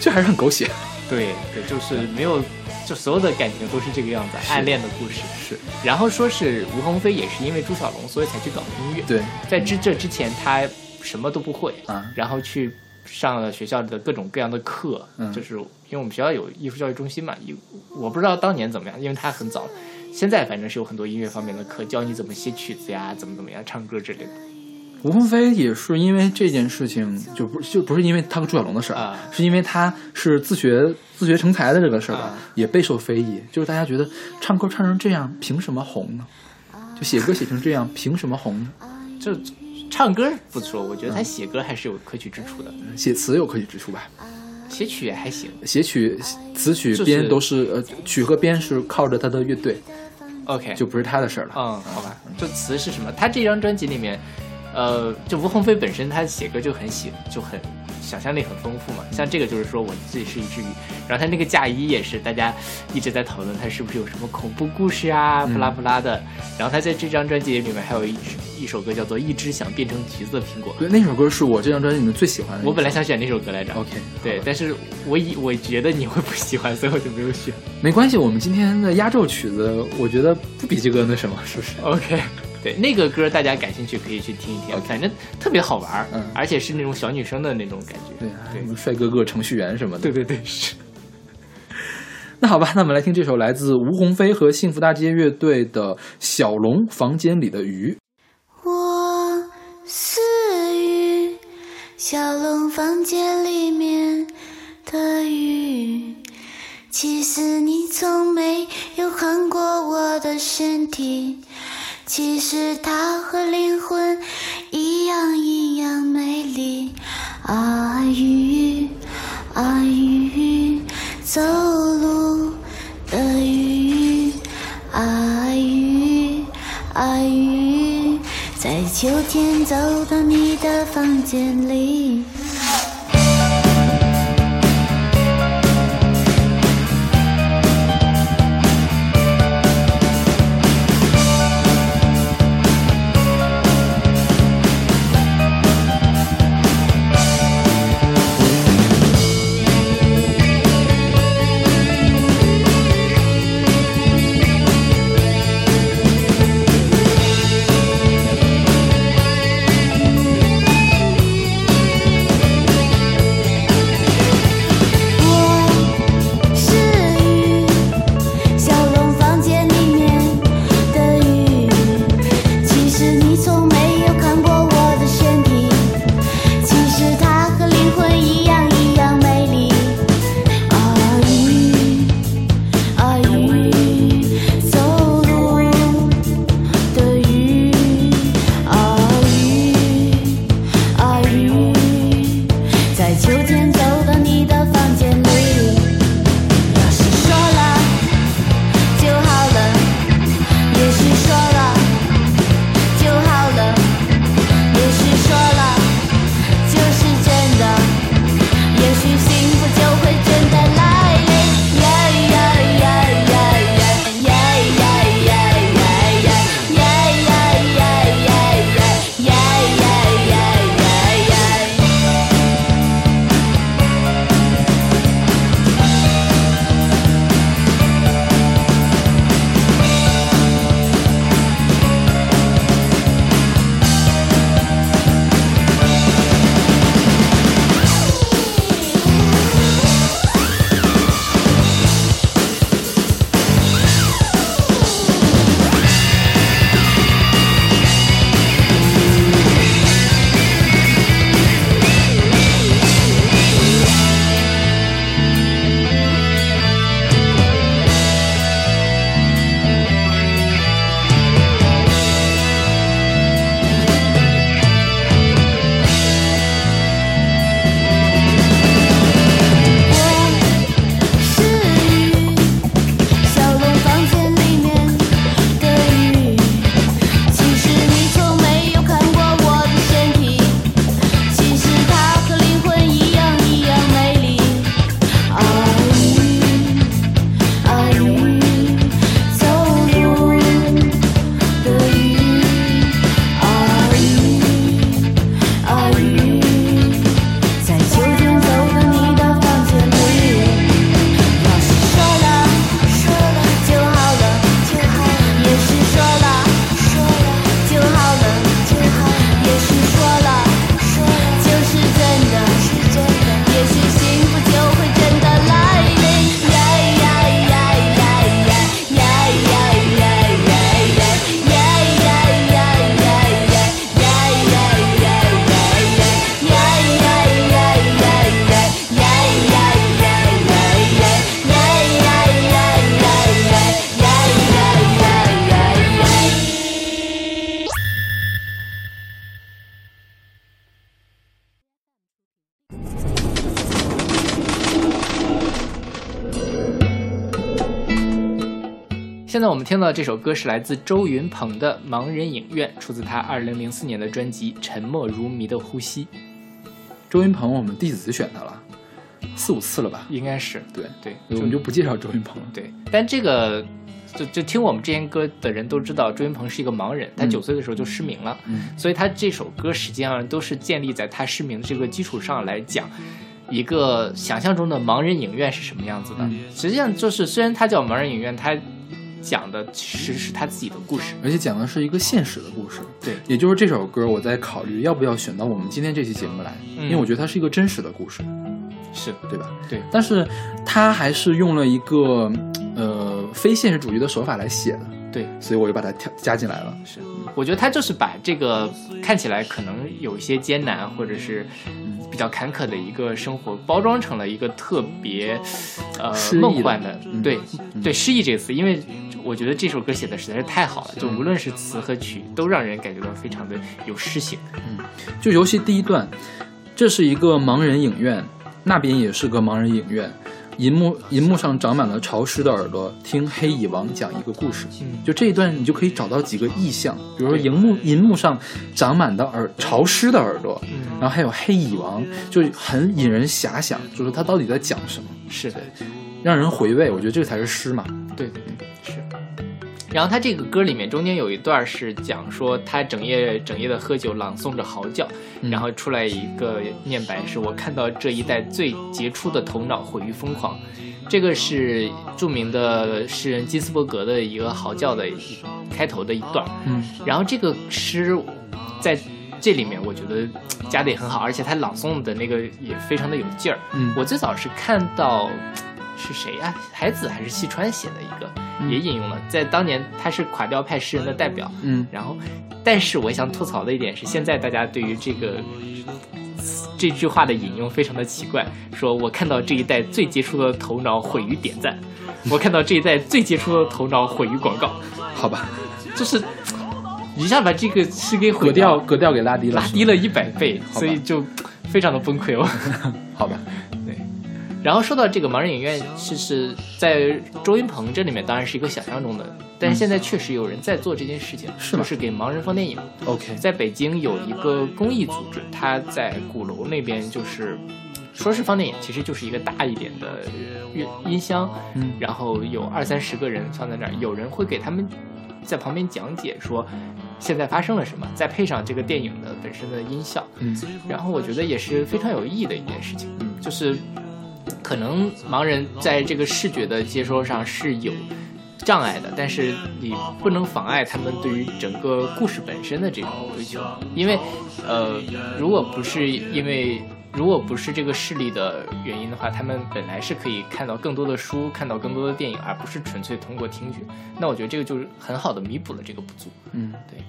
[SPEAKER 3] 这还是很狗血。
[SPEAKER 2] 对对，就是没有，就所有的感情都是这个样子，暗恋的故事。
[SPEAKER 3] 是
[SPEAKER 2] 然后说是吴鸿飞也是因为朱小龙，所以才去搞音乐。
[SPEAKER 3] 对，
[SPEAKER 2] 在之这之前，他什么都不会
[SPEAKER 3] 啊
[SPEAKER 2] 然后去上了学校的各种各样的课，
[SPEAKER 3] 嗯
[SPEAKER 2] 就是因为我们学校有艺术教育中心嘛，有我不知道当年怎么样，因为他很早，现在反正是有很多音乐方面的课，教你怎么写曲子呀，怎么怎么样唱歌之类的。
[SPEAKER 3] 吴鸿飞也是因为这件事情，就不就不是因为他和朱小龙的事儿，
[SPEAKER 2] 啊
[SPEAKER 3] 是因为他是自学自学成才的这个事儿吧，
[SPEAKER 2] 啊
[SPEAKER 3] 也备受非议。就是大家觉得唱歌唱成这样，凭什么红呢？就写歌写成这样，凭什么红呢？
[SPEAKER 2] 就唱歌不错，我觉
[SPEAKER 3] 嗯
[SPEAKER 2] 得他写歌还是有可取之处的，
[SPEAKER 3] 写词有可以之处吧？
[SPEAKER 2] 写曲也还行。
[SPEAKER 3] 写曲、词曲
[SPEAKER 2] 就是
[SPEAKER 3] 编都是、呃，曲和编是靠着他的乐队，
[SPEAKER 2] OK，
[SPEAKER 3] 就不是他的事儿了。
[SPEAKER 2] 嗯，好吧，就词是什么？他这张专辑里面，呃，就吴鸿飞本身他写歌就很喜，就很想象力很丰富嘛。像这个就是说我自己是一只鱼，然后它那个嫁衣也是大家一直在讨论它是不是有什么恐怖故事啊，不拉不拉的。然后它在这张专辑里面还有一支一首歌叫做《一只想变成橘子的苹果》，
[SPEAKER 3] 对，那首歌是我这张专辑里面最喜欢的一首。
[SPEAKER 2] 我本来想选那首歌来着。
[SPEAKER 3] OK，
[SPEAKER 2] 对，但是我以我觉得你会不喜欢，所以我就没有选。
[SPEAKER 3] 没关系，我们今天的压轴曲子，我觉得不比这个那什么，是不是？
[SPEAKER 2] OK，对，那个歌大家感兴趣可以去听一听
[SPEAKER 3] OK
[SPEAKER 2] 反正特别好玩儿，
[SPEAKER 3] 嗯
[SPEAKER 2] 而且是那种小女生的那种感觉。
[SPEAKER 3] 对啊，什么帅哥哥、程序员什么的。
[SPEAKER 2] 对对对，是。
[SPEAKER 3] 那好吧，那我们来听这首来自吴鸿飞和幸福大街乐队的《小龙房间里的鱼》。
[SPEAKER 8] 我是鱼，小龙房间里面的鱼。其实你从没有看过我的身体，其实它和灵魂一样一样美丽。啊鱼，啊鱼，走路的鱼，啊鱼，啊鱼，在秋天走到你的房间里。我是鱼，小龙房间里面的鱼。其实你从没有看过我的身体，其实它和灵魂一样一样美丽。啊鱼，啊鱼，走路的鱼，啊鱼。啊鱼，在秋天走到你的房间里。要是说了就好了，也是说了就好了，也是说了就是真的，也许幸福就会真的来临。呀呀呀呀呀呀呀呀呀呀呀呀呀呀。呀呀呀呀呀！我是鱼，小龙房间里面的鱼。其实你从没有看过我的身体，其实它和灵魂一样一样美丽。啊鱼，啊鱼，走路的鱼。啊鱼，啊鱼。在秋天走到你的房间里，要是说了说了就好了，也是说了说了就好了，也是说了说了就是真的，也许幸福就会真的来临。呀呀呀呀呀呀呀呀呀呀呀呀呀呀呀。
[SPEAKER 2] 现在我们听到的这首歌是来自周云鹏的《盲人影院》，出自他2004年的专辑《沉默如谜的呼吸》。
[SPEAKER 3] 周云鹏我们弟子选他了，四五次了吧？
[SPEAKER 2] 应该是
[SPEAKER 3] 对，
[SPEAKER 2] 对，
[SPEAKER 3] 我们就不介绍周云鹏了。
[SPEAKER 2] 对，但这个就就听我们之前歌的人都知道，周云鹏是一个盲人，他
[SPEAKER 3] 嗯
[SPEAKER 2] 九岁的时候就失明了，
[SPEAKER 3] 嗯
[SPEAKER 2] 所以他这首歌实际上都是建立在他失明的这个基础上来讲。一个想象中的盲人影院是什么样子的？
[SPEAKER 3] 嗯
[SPEAKER 2] 实际上就是，虽然它叫盲人影院，它讲的其实是他自己的故事。
[SPEAKER 3] 而且讲的是一个现实的故事，
[SPEAKER 2] 对
[SPEAKER 3] 也就是这首歌，我在考虑要不要选到我们今天这期节目来，
[SPEAKER 2] 嗯
[SPEAKER 3] 因为我觉得它是一个真实的故事，
[SPEAKER 2] 是
[SPEAKER 3] 对吧？
[SPEAKER 2] 对
[SPEAKER 3] 但是它还是用了一个呃非现实主义的手法来写的，
[SPEAKER 2] 对，
[SPEAKER 3] 所以我就把它挑加进来了。
[SPEAKER 2] 是，我觉得他就是把这个看起来可能有一些艰难或者是嗯比较坎坷的一个生活，包装成了一个特别呃
[SPEAKER 3] 诗意的
[SPEAKER 2] 梦幻的，
[SPEAKER 3] 嗯
[SPEAKER 2] 对、对，诗意这个词，因为我觉得这首歌写的实在是太好了，就无论是词和曲，都让人感觉到非常的有诗性。
[SPEAKER 3] 就尤其第一段，这是一个盲人影院，那边也是个盲人影院。银幕银幕上长满了潮湿的耳朵，听黑蚁王讲一个故事。
[SPEAKER 2] 嗯哎
[SPEAKER 3] 就这一段，你就可以找到几个意象，比如说荧幕银幕上长满的耳潮湿的耳朵，
[SPEAKER 2] 嗯
[SPEAKER 3] 然后还有黑蚁王，就很引人遐想，就是他到底在讲什么，
[SPEAKER 2] 是的，
[SPEAKER 3] 让人回味。我觉得这个才是诗嘛。
[SPEAKER 2] 对对对，是。然后他这个歌里面中间有一段是讲说他整夜整夜的喝酒，朗诵着嚎叫，然后出来一个念白是我看到这一代最杰出的头脑毁于疯狂，这个是著名的诗人金斯伯格的一个嚎叫的一开头的一段。
[SPEAKER 3] 嗯，
[SPEAKER 2] 然后这个诗在这里面我觉得呃加的也很好，而且他朗诵的那个也非常的有劲儿。
[SPEAKER 3] 嗯
[SPEAKER 2] 我最早是看到是谁啊？海子还是细川写的一个，也引用了，在当年他是垮掉派诗人的代表。
[SPEAKER 3] 嗯
[SPEAKER 2] 然后，但是我想吐槽的一点是，现在大家对于这个这句话的引用非常的奇怪，说我看到这一代最杰出的头脑毁于点赞，我看到这一代最杰出的头脑毁于广告，
[SPEAKER 3] 好吧，
[SPEAKER 2] 就是一下把这个诗给毁
[SPEAKER 3] 格调格调给拉低了，
[SPEAKER 2] 拉低了一百倍，
[SPEAKER 3] 好吧
[SPEAKER 2] 所以就非常的崩溃哦。
[SPEAKER 3] 好吧。
[SPEAKER 2] 然后说到这个盲人影院，是是在周云鹏这里面当然是一个想象中的，但是现在确实有人在做这件事情，
[SPEAKER 3] 嗯是吗
[SPEAKER 2] 就是给盲人放电影。
[SPEAKER 3] OK，
[SPEAKER 2] 在北京有一个公益组织，它在鼓楼那边就是。说是放电影，其实就是一个大一点的乐音箱，
[SPEAKER 3] 嗯
[SPEAKER 2] 然后有二三十个人放在那儿，有人会给他们在旁边讲解说现在发生了什么，再配上这个电影的本身的音效，
[SPEAKER 3] 嗯
[SPEAKER 2] 然后我觉得也是非常有意义的一件事情，
[SPEAKER 3] 嗯
[SPEAKER 2] 就是可能盲人在这个视觉的接收上是有障碍的，但是你不能妨碍他们对于整个故事本身的这种追求，因为呃，如果不是因为。如果不是这个视力的原因的话，他们本来是可以看到更多的书，看到更多的电影，而不是纯粹通过听觉。那我觉得这个就是很好的弥补了这个不足。
[SPEAKER 3] 嗯，
[SPEAKER 2] 对，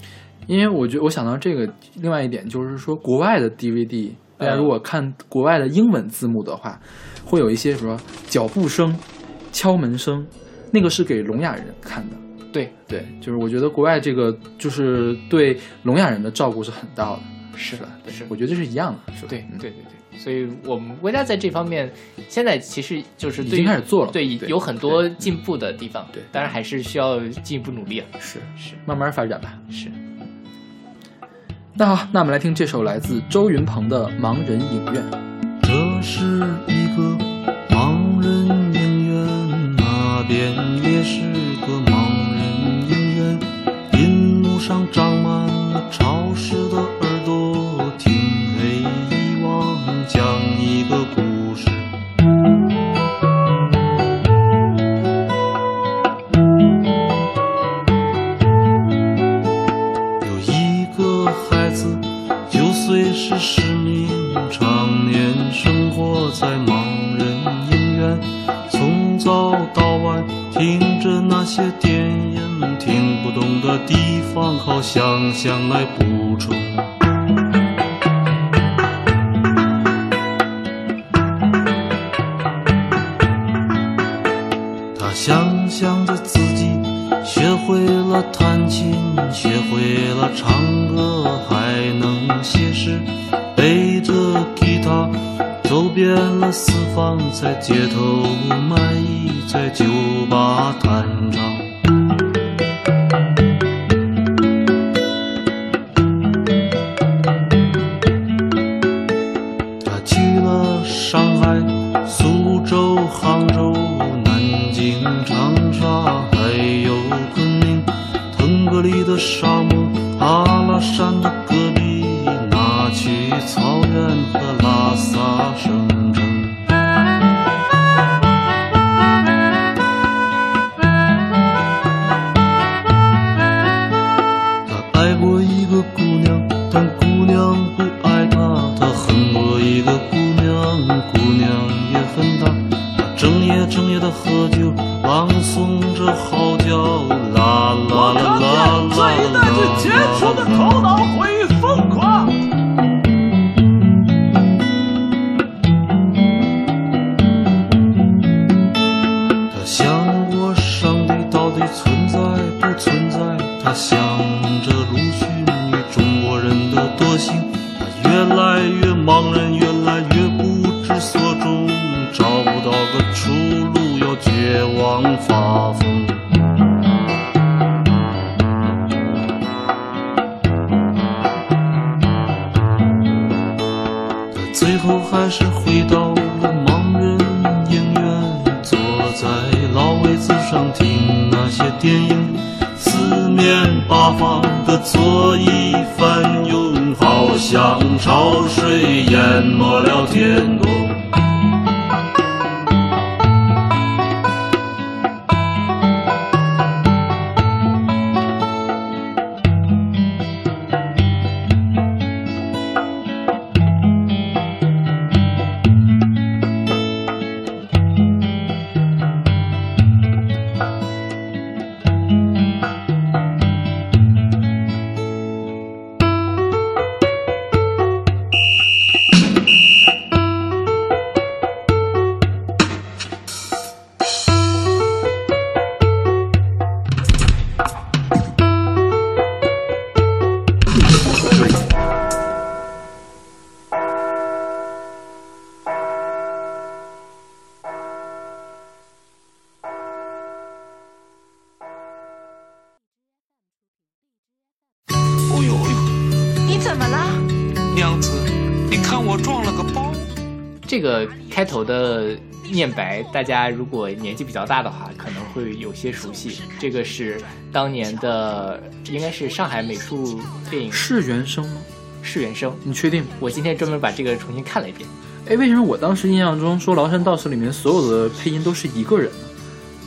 [SPEAKER 3] 因为我觉我想到这个另外一点就是说，国外的 DVD，大
[SPEAKER 2] 嗯
[SPEAKER 3] 家如果看国外的英文字幕的话，会有一些什么脚步声、敲门声，那个是给聋哑人看的。
[SPEAKER 2] 对，
[SPEAKER 3] 对，就是我觉得国外这个就是对聋哑人的照顾是很大的，
[SPEAKER 2] 是
[SPEAKER 3] 吧？对
[SPEAKER 2] 是
[SPEAKER 3] 我觉得这是一样的，是吧？
[SPEAKER 2] 对
[SPEAKER 3] 嗯
[SPEAKER 2] 对对对，所以我们国家在这方面现在其实就是
[SPEAKER 3] 已
[SPEAKER 2] 对于
[SPEAKER 3] 经开始做了
[SPEAKER 2] 对
[SPEAKER 3] 对
[SPEAKER 2] 有很多进步的地方，
[SPEAKER 3] 对
[SPEAKER 2] 当然还是需要进一步努力啊。
[SPEAKER 3] 是
[SPEAKER 2] 是
[SPEAKER 3] 慢慢发展吧。
[SPEAKER 2] 是，
[SPEAKER 3] 那好，那我们来听这首来自周云鹏的《盲人影院》。
[SPEAKER 10] 这是一个盲人影院，那边也是个盲人影院。银幕上长满了潮湿的耳朵，听黑遗忘讲一个故事。有一个孩子，九岁时失明，常年生活在盲人影院，从早到晚听着那些电影，听不懂的地方靠想象来补充。他想象着自己学会了弹琴，学会了唱歌，还能写诗，背着吉他走遍了四方，在街头卖艺，在酒吧弹唱。他苏州、杭州、南京、长沙，还有昆明，腾格里的沙漠，阿拉善的戈壁，那曲草原和拉萨圣城。他爱过一个姑娘，但姑娘不爱他；他恨过一个姑娘，姑娘也恨他。他整夜整夜的喝酒，朗诵着嚎叫，啦啦啦啦啦啦啦啦。
[SPEAKER 4] 脑回忆疯狂。
[SPEAKER 10] 他想过上帝到底存在不存在？他想着鲁迅与中国人的惰性，他越来越茫然，越来越不知所终，找不到个出路，要绝望发疯。他最后还是回到了盲人影院，坐在老位子上听那些电影，四面八方的左一翻涌，好像潮水淹没了天空。
[SPEAKER 4] 哦呦哎
[SPEAKER 5] 你怎么了？
[SPEAKER 4] 呦，娘子，你看我撞了个包。
[SPEAKER 2] 这个开头的念白，大家如果年纪比较大的话，可能会有些熟悉。这个是当年的，应该是上海美术电影
[SPEAKER 3] 是原声吗？
[SPEAKER 2] 是原声。
[SPEAKER 3] 你确定？
[SPEAKER 2] 我今天专门把这个重新看了一遍，
[SPEAKER 3] 哎，为什么我当时印象中说《崂山道士》里面所有的配音都是一个人呢？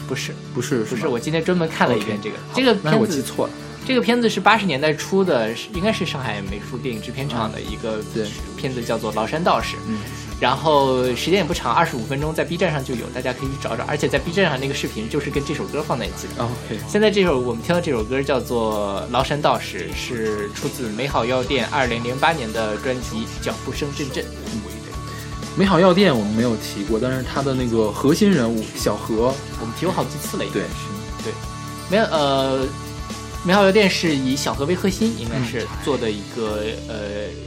[SPEAKER 2] 不是，
[SPEAKER 3] 不是，
[SPEAKER 2] 不是，
[SPEAKER 3] 吗
[SPEAKER 2] 我今天专门看了一遍
[SPEAKER 3] OK，
[SPEAKER 2] 这个。
[SPEAKER 3] 好
[SPEAKER 2] 这个
[SPEAKER 3] 那我
[SPEAKER 2] 片
[SPEAKER 3] 记
[SPEAKER 2] 子，
[SPEAKER 3] 错了。
[SPEAKER 2] 这个片子是八十年代初的，是应该是上海美术电影制片厂的一个
[SPEAKER 3] 嗯对
[SPEAKER 2] 片子，叫做《崂山道士》。
[SPEAKER 3] 嗯，
[SPEAKER 2] 然后时间也不长，二十五分钟，在 B 站上就有，大家可以去找找。而且在 B 站上那个视频就是跟这首歌放在一起的。
[SPEAKER 3] OK，
[SPEAKER 2] 现在这首我们听到这首歌叫做《崂山道士》，是出自美好药店二零零八年的专辑《脚步声阵阵》。
[SPEAKER 3] 嗯美好药店我们没有提过，但是它的那个核心人物小何，
[SPEAKER 2] 我们提过好几次了，应该
[SPEAKER 3] 对
[SPEAKER 2] 是对，没有呃，美好药店是以小何为核心，应该是做的一个、呃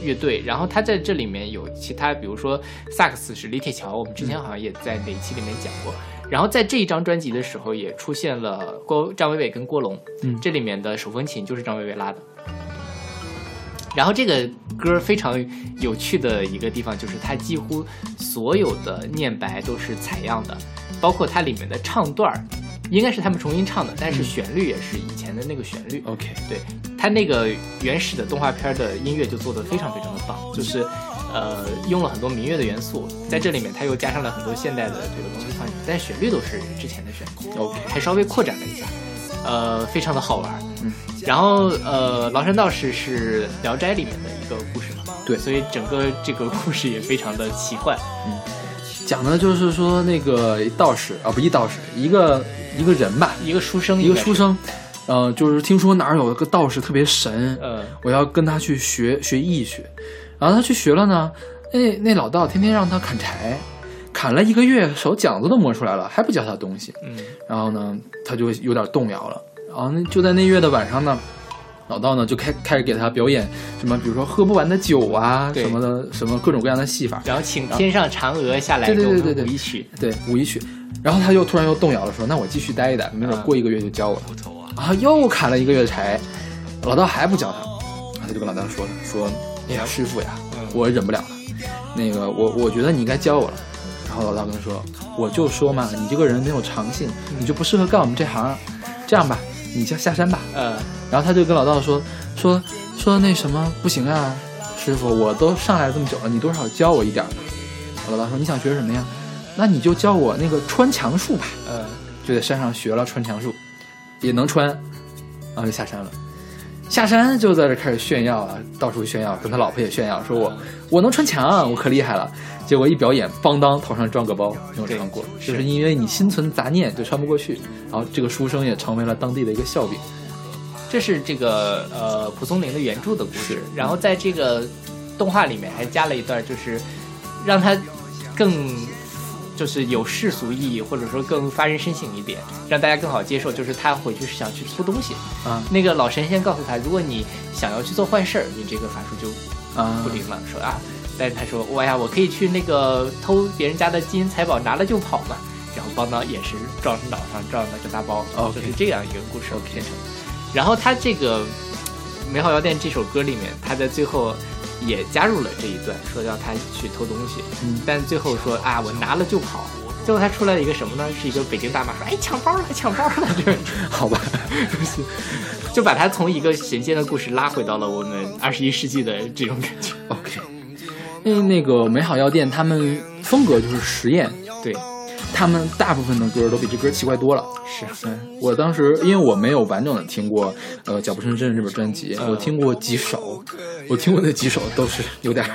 [SPEAKER 2] 乐队。然后他在这里面有其他，比如说萨克斯是李铁桥，我们之前好像也在哪一期里面讲过。然后在这一张专辑的时候，也出现了郭张伟伟跟郭龙，
[SPEAKER 3] 嗯
[SPEAKER 2] 这里面的手风琴就是张伟伟拉的。然后这个歌非常有趣的一个地方就是，它几乎所有的念白都是采样的，包括它里面的唱段儿，应该是他们重新唱的，但是旋律也是以前的那个旋律。
[SPEAKER 3] OK，
[SPEAKER 2] 对，它那个原始的动画片的音乐就做得非常非常的棒，就是呃用了很多民乐的元素，在这里面它又加上了很多现代的这个东西放进去，但旋律都是之前的旋律，OK，还稍微扩展了一下，呃，非常的好玩。
[SPEAKER 3] 嗯，
[SPEAKER 2] 然后呃，崂山道士是《聊斋》里面的一个故事嘛，
[SPEAKER 3] 对
[SPEAKER 2] 所以整个这个故事也非常的奇幻。
[SPEAKER 3] 讲的就是说那个一道士啊，不一道士，一个一个人吧，
[SPEAKER 2] 一个书生，
[SPEAKER 3] 一个书，生，呃，就是听说哪儿有个道士特别神，
[SPEAKER 2] 呃，
[SPEAKER 3] 我要跟他去学学易学，然后他去学了呢，那那老道天天让他砍柴，砍了一个月，手茧子都磨出来了，还不教他东西，
[SPEAKER 2] 嗯，
[SPEAKER 3] 然后呢，他就有点动摇了。然后呢，就在那月的晚上呢，老道呢就开开始给他表演什么，比如说喝不完的酒啊，
[SPEAKER 2] 对
[SPEAKER 3] 什么的，什么各种各样的戏法。
[SPEAKER 2] 然后请天上嫦娥下来
[SPEAKER 3] 啊对
[SPEAKER 2] 给
[SPEAKER 3] 对
[SPEAKER 2] 我
[SPEAKER 3] 对
[SPEAKER 2] 们
[SPEAKER 3] 对
[SPEAKER 2] 谱
[SPEAKER 3] 对
[SPEAKER 2] 一曲，
[SPEAKER 3] 对，五一曲。然后他又突然又动摇了，说：“那我继续待一待，没准
[SPEAKER 2] 嗯
[SPEAKER 3] 过一个月就教我了。”啊，又砍了一个月柴，老道还不教他，然后他就跟老道说了：“说，哎呀，师傅呀，我忍不了了，那个我我觉得你应该教我了。”然后后老大跟他说：“我就说嘛，你这个人没有长性，你就不适合干我们这行。啊这样吧，你就下山吧。”
[SPEAKER 2] 呃，
[SPEAKER 3] 然后他就跟老道说说说那什么不行啊，师傅，我都上来这么久了，你多少教我一点儿。老道说你想学什么呀？那你就教我那个穿墙术吧。
[SPEAKER 2] 呃，
[SPEAKER 3] 就在山上学了穿墙术，也能穿，然后就下山了。下山就在这开始炫耀啊，到处炫耀，跟他老婆也炫耀，说我我能穿墙，我可厉害了。结果一表演，邦当头上撞个包，没有
[SPEAKER 2] 对
[SPEAKER 3] 穿过，
[SPEAKER 2] 是
[SPEAKER 3] 就是因为你心存杂念就穿不过去。然后这个书生也成为了当地的一个笑柄。
[SPEAKER 2] 这是这个呃蒲松龄的原著的故事
[SPEAKER 3] 是，
[SPEAKER 2] 然后在这个动画里面还加了一段，就是让它更就是有世俗意义，或者说更发人深省一点，让大家更好接受。就是他回去是想去偷东西，
[SPEAKER 3] 啊
[SPEAKER 2] 那个老神仙告诉他，如果你想要去做坏事儿，你这个法术就
[SPEAKER 3] 啊
[SPEAKER 2] 不灵了。说啊，但是他说，哇呀，我可以去那个偷别人家的金银财宝，拿了就跑嘛。然后邦当也是撞脑上撞了个大包
[SPEAKER 3] OK
[SPEAKER 2] 就是这样一个故事变成。然后他这个《美好药店》这首歌里面，他在最后也加入了这一段，说要他去偷东西，
[SPEAKER 3] 嗯
[SPEAKER 2] 但最后说啊，我拿了就跑。最后他出来了一个什么呢？是一个北京大妈说：“哎，抢包了，抢包了！”这种
[SPEAKER 3] 好吧，
[SPEAKER 2] 就把他从一个神仙的故事拉回到了我们二十一世纪的这种感觉。
[SPEAKER 3] OK，因为那个美好药店他们风格就是实验，
[SPEAKER 2] 对，
[SPEAKER 3] 他们大部分的歌都比这歌奇怪多了。
[SPEAKER 2] 是
[SPEAKER 3] 嗯，我当时因为我没有完整的听过呃《脚步深深》这本专辑，我听过几首，我听过那几首都是有点儿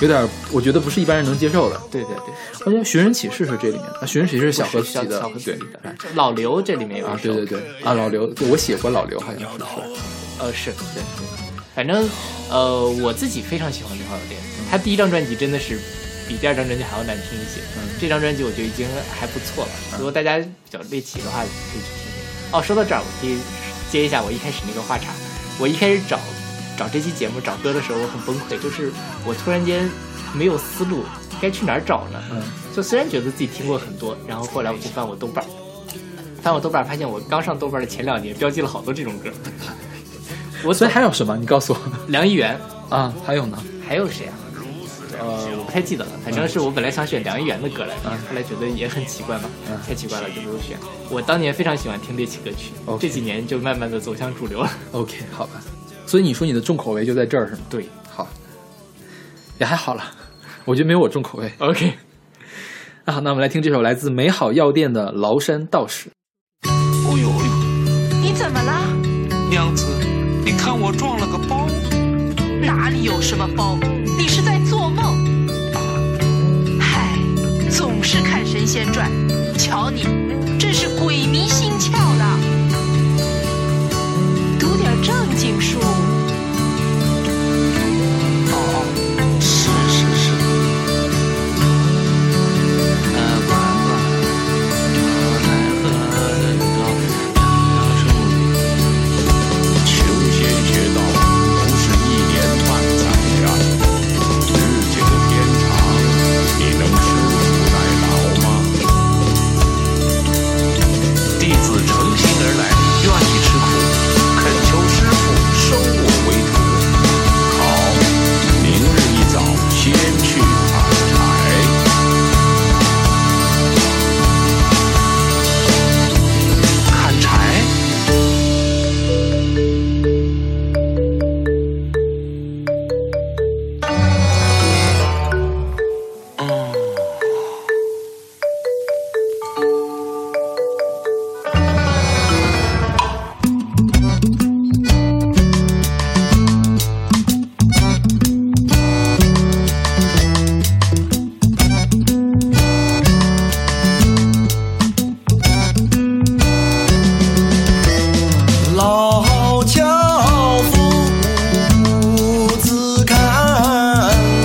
[SPEAKER 3] 有点儿，我觉得不是一般人能接受的。
[SPEAKER 2] 对对对。
[SPEAKER 3] 而且《寻人启事》是这里面的，啊《寻人启事》是小
[SPEAKER 2] 小
[SPEAKER 3] 河自己的
[SPEAKER 2] 小河，
[SPEAKER 3] 对
[SPEAKER 2] 对。老刘这里面有
[SPEAKER 3] 啊
[SPEAKER 2] 一，首
[SPEAKER 3] 对对对，啊，老刘，对我喜欢老刘，好像是是
[SPEAKER 2] 呃是对对，反正呃我自己非常喜欢刘昊然电影，他第一张专辑真的是比第二张专辑还要难听一些，
[SPEAKER 3] 嗯
[SPEAKER 2] 这张专辑我觉得已经还不错了，如果大家比较猎奇的话可以去听。哦，说到这儿，我可以接一下我一开始那个话茬，我一开始找找这期节目找歌的时候，我很崩溃，就是我突然间没有思路，该去哪儿找呢？
[SPEAKER 3] 嗯，
[SPEAKER 2] 就虽然觉得自己听过很多，然后后来我就翻我豆瓣儿，翻我豆瓣儿发现我刚上豆瓣儿的前两年标记了好多这 种歌。我
[SPEAKER 3] 所以还有什么？你告诉我
[SPEAKER 2] 梁一元
[SPEAKER 3] 啊，还有呢？
[SPEAKER 2] 还有谁啊？呃，我不太记得了，反正是我本来想选梁一元的歌来着，
[SPEAKER 3] 嗯
[SPEAKER 2] 后来觉得也很奇怪嘛，
[SPEAKER 3] 嗯
[SPEAKER 2] 太奇怪了就没有选。我当年非常喜欢听猎奇歌曲
[SPEAKER 3] OK
[SPEAKER 2] 这几年就慢慢的走向主流了。
[SPEAKER 3] OK，好吧。所以你说你的重口味就在这儿是吗？
[SPEAKER 2] 对
[SPEAKER 3] 好，也还好了，我觉得没有我重口味
[SPEAKER 2] ，OK，
[SPEAKER 3] 啊。那我们来听这首来自美好药店的《崂山道士》。
[SPEAKER 4] 哦呦呦，
[SPEAKER 5] 你怎么了？
[SPEAKER 4] 娘子，你看我撞了个包。
[SPEAKER 5] 哪里有什么包？你是在做梦。嗨，总是看《神仙传》，瞧你，真是鬼迷心窍了。读点正经书。
[SPEAKER 4] 哦，是是是。呃，管管，我奈何人道，人道是
[SPEAKER 11] 求仙学道不是一连串载呀，日久天长，你能吃苦耐劳吗？
[SPEAKER 4] 弟子诚心而来，愿意吃苦，恳求师傅收我为徒。
[SPEAKER 11] 好，明日一早先去看台。
[SPEAKER 4] 砍柴。
[SPEAKER 10] 老樵夫自砍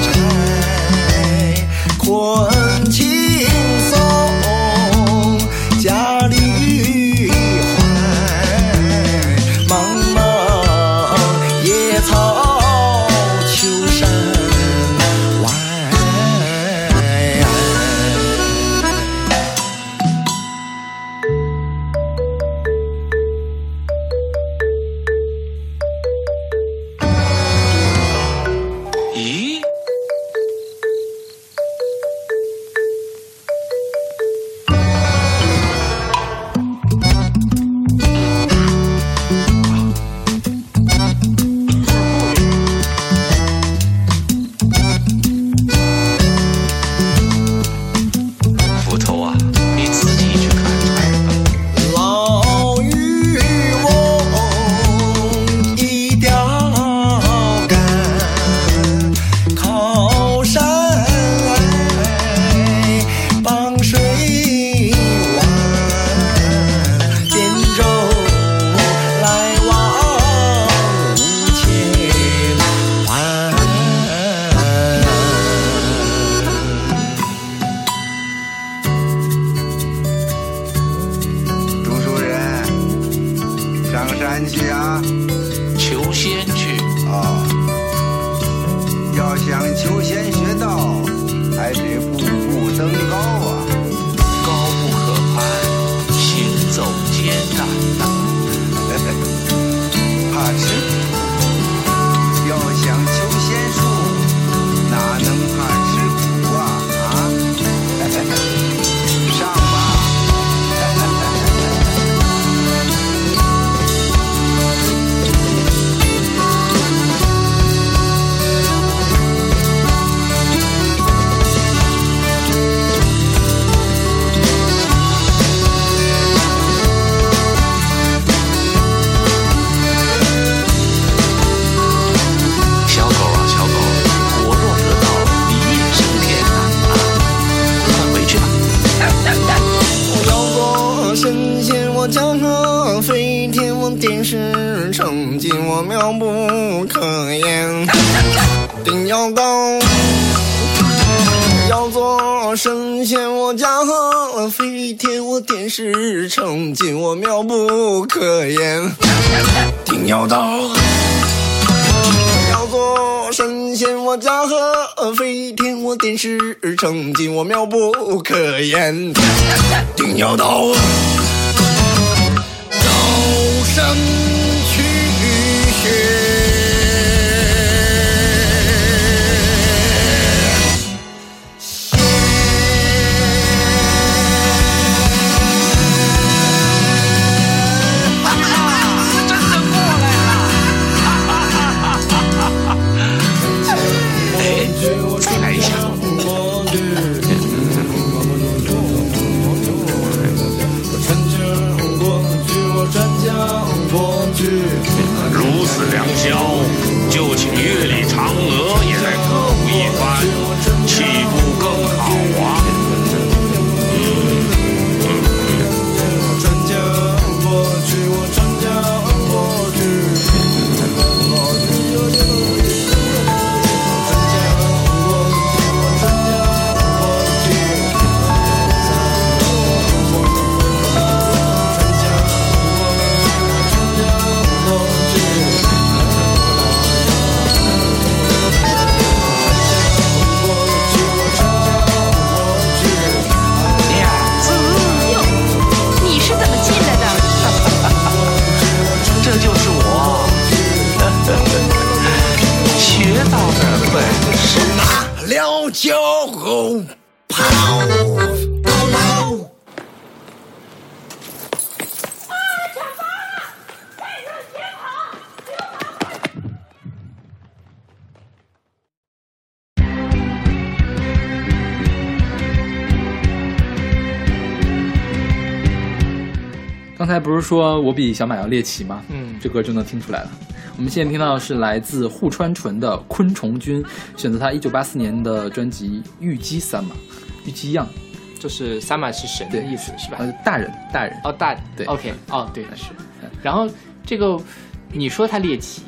[SPEAKER 10] 柴，困青松家里槐，茫茫野草秋山外。
[SPEAKER 4] 咦，
[SPEAKER 5] 啊
[SPEAKER 12] 定是成绩我妙不可言， 定要到。要做神仙，我驾鹤飞天，我点石成金，我妙不可言。 定要到，要做神仙，我驾鹤飞天，我点石成金，我妙不可言。定要到，啊高山去学。
[SPEAKER 4] 再来一下。如此良宵，就请月里嫦娥也来歌舞一番，岂不更好啊？
[SPEAKER 5] 哟，你是怎么进来的？
[SPEAKER 4] 这就是我，学到的本事。
[SPEAKER 12] 了酒后跑。
[SPEAKER 3] 刚才不是说我比小马要猎奇吗？
[SPEAKER 2] 嗯
[SPEAKER 3] 这歌就能听出来了。我们现在听到的是来自户川纯的《昆虫君》，选择他一九八四年的专辑《玉姬三马》，玉姬样，
[SPEAKER 2] 就是萨满是神的
[SPEAKER 3] 对，
[SPEAKER 2] 意思是吧？
[SPEAKER 3] 呃，大人，大人，
[SPEAKER 2] 哦，大
[SPEAKER 3] 对。
[SPEAKER 2] ，OK，哦，对是。然后这个你说它猎奇，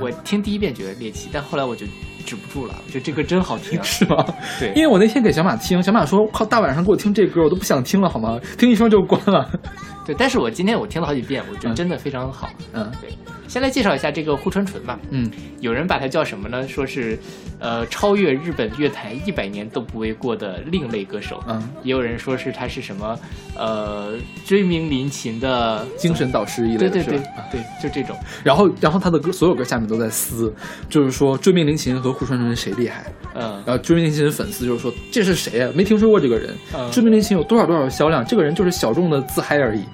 [SPEAKER 2] 我听第一遍觉得猎奇，但后来我就止不住了，我觉得这歌真好听啊
[SPEAKER 3] 是吗？
[SPEAKER 2] 对
[SPEAKER 3] 因为我那天给小马听，小马说：“靠，大晚上给我听这歌，我都不想听了，好吗？听一声就关了。
[SPEAKER 2] 对，但是我今天我听了好几遍，我觉
[SPEAKER 3] 嗯
[SPEAKER 2] 得真的非常好。”
[SPEAKER 3] 嗯
[SPEAKER 2] 对，先来介绍一下这个户川纯吧。
[SPEAKER 3] 嗯，
[SPEAKER 2] 有人把它叫什么呢？说是，呃，超越日本乐坛一百年都不为过的另类歌手。
[SPEAKER 3] 嗯，
[SPEAKER 2] 也有人说是他是什么，呃，追名林琴的，
[SPEAKER 3] 精神导师一类
[SPEAKER 2] 对
[SPEAKER 3] 的
[SPEAKER 2] 对
[SPEAKER 3] 是吧啊
[SPEAKER 2] 对对，就这种。
[SPEAKER 3] 然后，然后他的歌所有歌下面都在撕，就是说追命林琴和户川纯谁厉害。
[SPEAKER 2] 嗯
[SPEAKER 3] 然，后追命林琴粉丝就是说这是谁呀、啊没听说过这个人。
[SPEAKER 2] 嗯
[SPEAKER 3] 追命林琴有多少多少销量，这个人就是小众的自嗨而 已。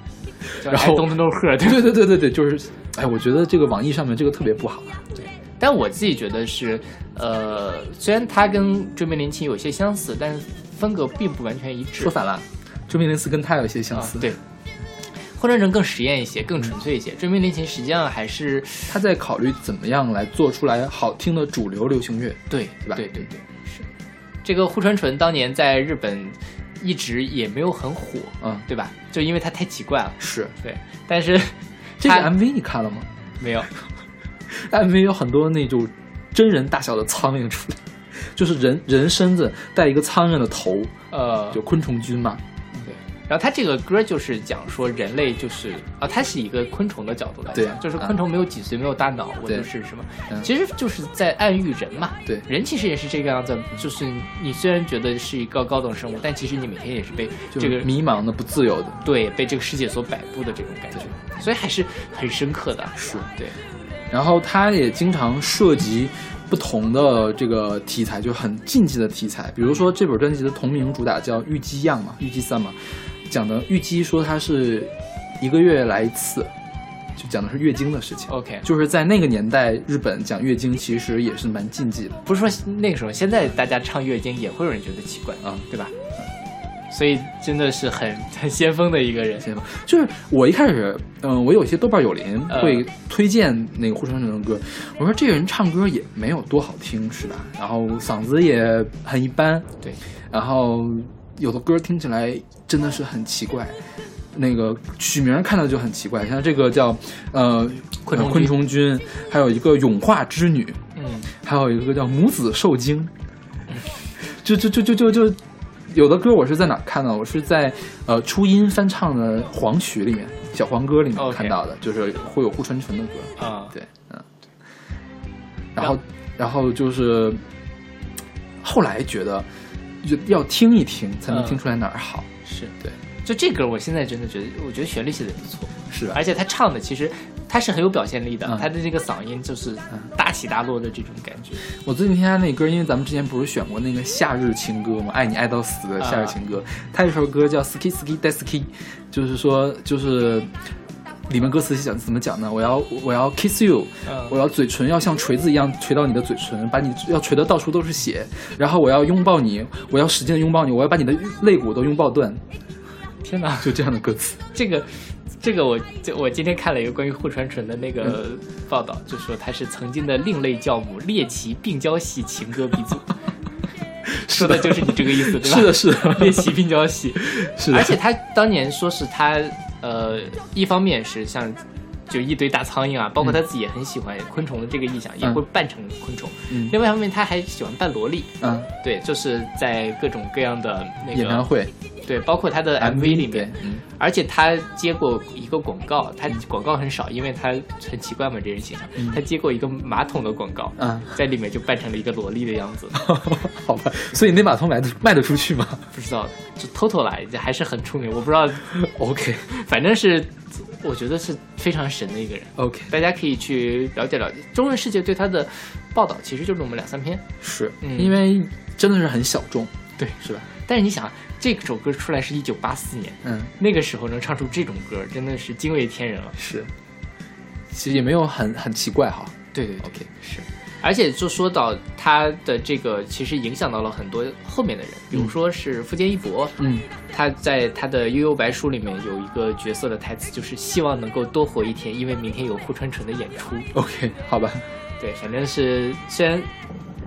[SPEAKER 2] 叫
[SPEAKER 3] 然
[SPEAKER 2] I
[SPEAKER 3] 后
[SPEAKER 2] don't know her，对吧
[SPEAKER 3] 对对对对对，就是，哎，我觉得这个网易上面这个特别不好。
[SPEAKER 2] 但我自己觉得是，呃，虽然它跟追名林檎有些相似，但是风格并不完全一致。
[SPEAKER 3] 说反了，追命林斯跟他有一些相
[SPEAKER 2] 啊
[SPEAKER 3] 似。，
[SPEAKER 2] 对。婚人人更实验一些，更纯粹一些。追名林檎实际上还是
[SPEAKER 3] 他在考虑怎么样来做出来好听的主流流行乐。
[SPEAKER 2] 对
[SPEAKER 3] 对吧
[SPEAKER 2] 对对对，是。这个户川纯当年在日本一直也没有很火，
[SPEAKER 3] 嗯，
[SPEAKER 2] 对吧？就因为他太奇怪了，
[SPEAKER 3] 是
[SPEAKER 2] 对。但是
[SPEAKER 3] 这个
[SPEAKER 2] 他
[SPEAKER 3] MV 你看了吗
[SPEAKER 2] 没有，
[SPEAKER 3] ？MV 有很多那种真人大小的苍蝇出来，就是人人身子带一个苍蝇的头，
[SPEAKER 2] 呃，
[SPEAKER 3] 就昆虫君嘛。
[SPEAKER 2] 对，然后他这个歌就是讲说人类就是啊，它是一个昆虫的角度来
[SPEAKER 3] 对
[SPEAKER 2] 讲，就是
[SPEAKER 3] 啊
[SPEAKER 2] 昆虫没有脊髓，没有大脑，我
[SPEAKER 3] 对
[SPEAKER 2] 就是什么，
[SPEAKER 3] 嗯
[SPEAKER 2] 其实就是在暗喻人嘛。
[SPEAKER 3] 对
[SPEAKER 2] 人其实也是这个样子，就是你虽然觉得是一个高等生物，但其实你每天也是被
[SPEAKER 3] 就
[SPEAKER 2] 这
[SPEAKER 3] 是
[SPEAKER 2] 个
[SPEAKER 3] 迷茫的、不自由的，
[SPEAKER 2] 对被这个世界所摆布的这种感觉，所以还是很深刻的。
[SPEAKER 3] 是
[SPEAKER 2] 对，
[SPEAKER 3] 然后他也经常涉及不同的这个题材，就很禁忌的题材，比如说这本专辑的同名主打叫《玉姬样》嘛，《玉姬三》嘛，讲的玉姬说她是一个月来一次，就讲的是月经的事情。
[SPEAKER 2] OK
[SPEAKER 3] 就是在那个年代，日本讲月经其实也是蛮禁忌的。
[SPEAKER 2] 不是说那个时候，现在大家唱月经也会有人觉得奇怪
[SPEAKER 3] 啊
[SPEAKER 2] 对吧？所以真的是很 很先锋的一个人，
[SPEAKER 3] 先吧，就是我一开始，嗯、我有些豆瓣友邻
[SPEAKER 2] 呃
[SPEAKER 3] 会推荐那个户川纯的歌，我说这个人唱歌也没有多好听，是吧？然后嗓子也很一般，
[SPEAKER 2] 对，
[SPEAKER 3] 然后有的歌听起来真的是很奇怪，那个取名看着就很奇怪，像这个叫呃
[SPEAKER 2] 昆虫君
[SPEAKER 3] 昆虫君，还有一个永化之女，
[SPEAKER 2] 嗯，
[SPEAKER 3] 还有一个叫母子受精，就就就就就就有的歌我是在哪儿看到？我是在呃初音翻唱的《黄曲》里面，《小黄歌》里面
[SPEAKER 2] 哦 OK
[SPEAKER 3] 看到的就是会有顾春纯的歌。
[SPEAKER 2] 啊，
[SPEAKER 3] 对，嗯。然后，然后就是后来觉得就要听一听，才能
[SPEAKER 2] 嗯
[SPEAKER 3] 听出来哪儿好。
[SPEAKER 2] 是
[SPEAKER 3] 对，
[SPEAKER 2] 就这歌，我现在真的觉得，我觉得旋律写的不错，
[SPEAKER 3] 是吧
[SPEAKER 2] 而？且他唱的其实他是很有表现力的，
[SPEAKER 3] 嗯
[SPEAKER 2] 他的这个嗓音就是
[SPEAKER 3] 啊
[SPEAKER 2] 大起大落的这种感觉。
[SPEAKER 3] 我最近听他那歌，因为咱们之前不是选过那个《夏日情歌》吗？爱你爱到死的《夏日情
[SPEAKER 2] 啊
[SPEAKER 3] 歌》，他有一首歌叫《Ski Ski d e s k i 就是说就是里面歌词讲怎么讲呢？我要我要 kiss you，、
[SPEAKER 2] 嗯
[SPEAKER 3] 我要嘴唇要像锤子一样锤到你的嘴唇，把你要锤得到处都是血，然后我要拥抱你，我要使劲的拥抱你，我要把你的肋骨都拥抱断，
[SPEAKER 2] 天哪，
[SPEAKER 3] 就这样的歌词。
[SPEAKER 2] 这个。这个我这我今天看了一个关于户川纯的那个
[SPEAKER 3] 嗯
[SPEAKER 2] 报道，就说他是曾经的另类教母猎奇病娇系情 歌鼻祖，说的就是你这个意思，对吧？
[SPEAKER 3] 是的，是 的，
[SPEAKER 2] 猎奇病娇系，
[SPEAKER 3] 是的，
[SPEAKER 2] 而且他当年说是他呃，一方面是像就一堆大苍蝇
[SPEAKER 3] 嗯
[SPEAKER 2] 啊，包括他自己也很喜欢昆虫的这个意象，也会扮成昆虫。
[SPEAKER 3] 嗯
[SPEAKER 2] 另外一方面，他还喜欢扮萝莉，
[SPEAKER 3] 嗯，
[SPEAKER 2] 对，就是在各种各样的那
[SPEAKER 3] 演唱
[SPEAKER 2] 个
[SPEAKER 3] 会
[SPEAKER 2] 对，包括他的 MV 里面
[SPEAKER 3] 对。嗯
[SPEAKER 2] 而且他接过一个广告，他广告很少，因为他很奇怪嘛，这人形象。他接过一个马桶的广告，
[SPEAKER 3] 嗯，
[SPEAKER 2] 在里面就扮成了一个萝莉的样子，
[SPEAKER 3] 好吧，所以那马桶买的卖得出去吗
[SPEAKER 2] 不知道就偷偷来，还是很出名。我不知道
[SPEAKER 3] ？OK
[SPEAKER 2] 反正是我觉得是非常神的一个人，
[SPEAKER 3] OK，
[SPEAKER 2] 大家可以去了解了解。中文世界对他的报道其实就是我们两三篇，
[SPEAKER 3] 是、
[SPEAKER 2] 嗯
[SPEAKER 3] 因为真的是很小众，
[SPEAKER 2] 对
[SPEAKER 3] 是吧？
[SPEAKER 2] 但是你想，啊这首歌出来是一九八四年，
[SPEAKER 3] 嗯，
[SPEAKER 2] 那个时候能唱出这种歌，真的是惊为天人了。啊
[SPEAKER 3] 是，其实也没有很很奇怪哈。
[SPEAKER 2] 对对对
[SPEAKER 3] OK，
[SPEAKER 2] 是。而且就说到他的这个，其实影响到了很多后面的人，比如说是富坚义博，
[SPEAKER 3] 嗯，
[SPEAKER 2] 他在他的《悠悠白书》里面有一个角色的台词，就是希望能够多活一天，因为明天有户川纯的演出。
[SPEAKER 3] OK，好吧，
[SPEAKER 2] 对，反正是虽然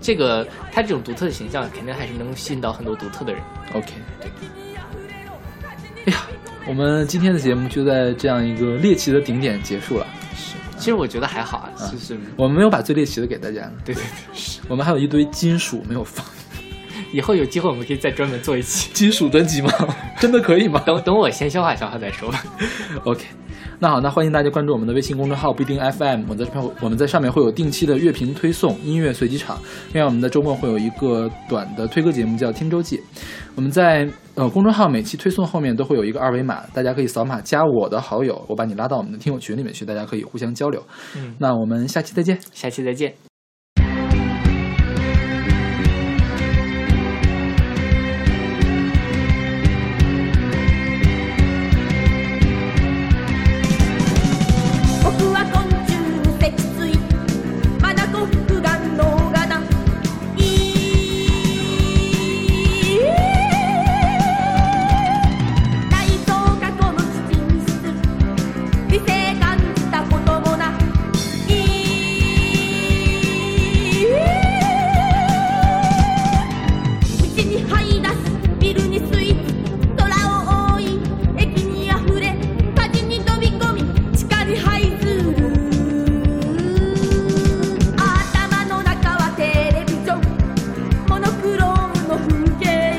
[SPEAKER 2] 这个他这种独特的形象，肯定还是能吸引到很多独特的人。
[SPEAKER 3] OK。哎呀，我们今天的节目就在这样一个猎奇的顶点结束了。
[SPEAKER 2] 其实我觉得还好啊，
[SPEAKER 3] 嗯
[SPEAKER 2] 就是、
[SPEAKER 3] 我们没有把最猎奇的给大家，
[SPEAKER 2] 对对对，是
[SPEAKER 3] 我们还有一堆金属没有放，
[SPEAKER 2] 以后有机会我们可以再专门做一 期。
[SPEAKER 3] 金属专辑吗？ 真的可以吗
[SPEAKER 2] 等等，我先消化消化再说吧。
[SPEAKER 3] ？OK，那好，那欢迎大家关注我们的微信公众号不一定 FM，我们在上面我们在上面会有定期的乐评推送、音乐随机场，另外我们在周末会有一个短的推歌节目叫《听周记》，我们在呃公众号每期推送后面都会有一个二维码，大家可以扫码加我的好友，我把你拉到我们的听友群里面去，大家可以互相交流。
[SPEAKER 2] 嗯
[SPEAKER 3] 那我们下期再见。
[SPEAKER 2] 下期再见。
[SPEAKER 9] 僕は昆虫脊椎マダコフガンノーガナイ大層過去の地品質理性感じたこともない口に這い出すビルに吸い空を覆い駅にあふれ風に飛び込み地下に這いずる頭の中はテレビジョンモノクロームの風景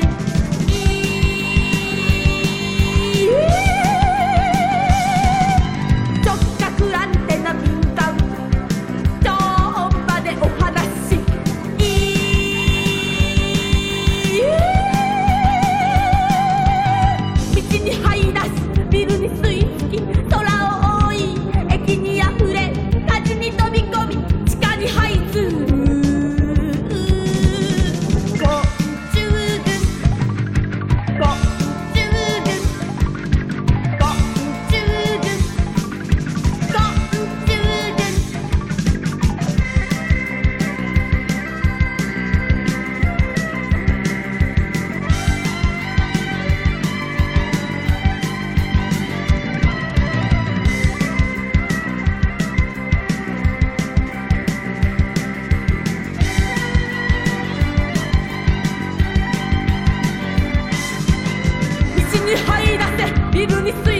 [SPEAKER 9] 直角アンテナ敏感超音波でお話し道に這い出すビルに吸い付き空を覆い駅にあふれ風に飛び込み地下に這いずる昆虫群昆虫群昆虫群昆虫群道に這い出せビルに吸い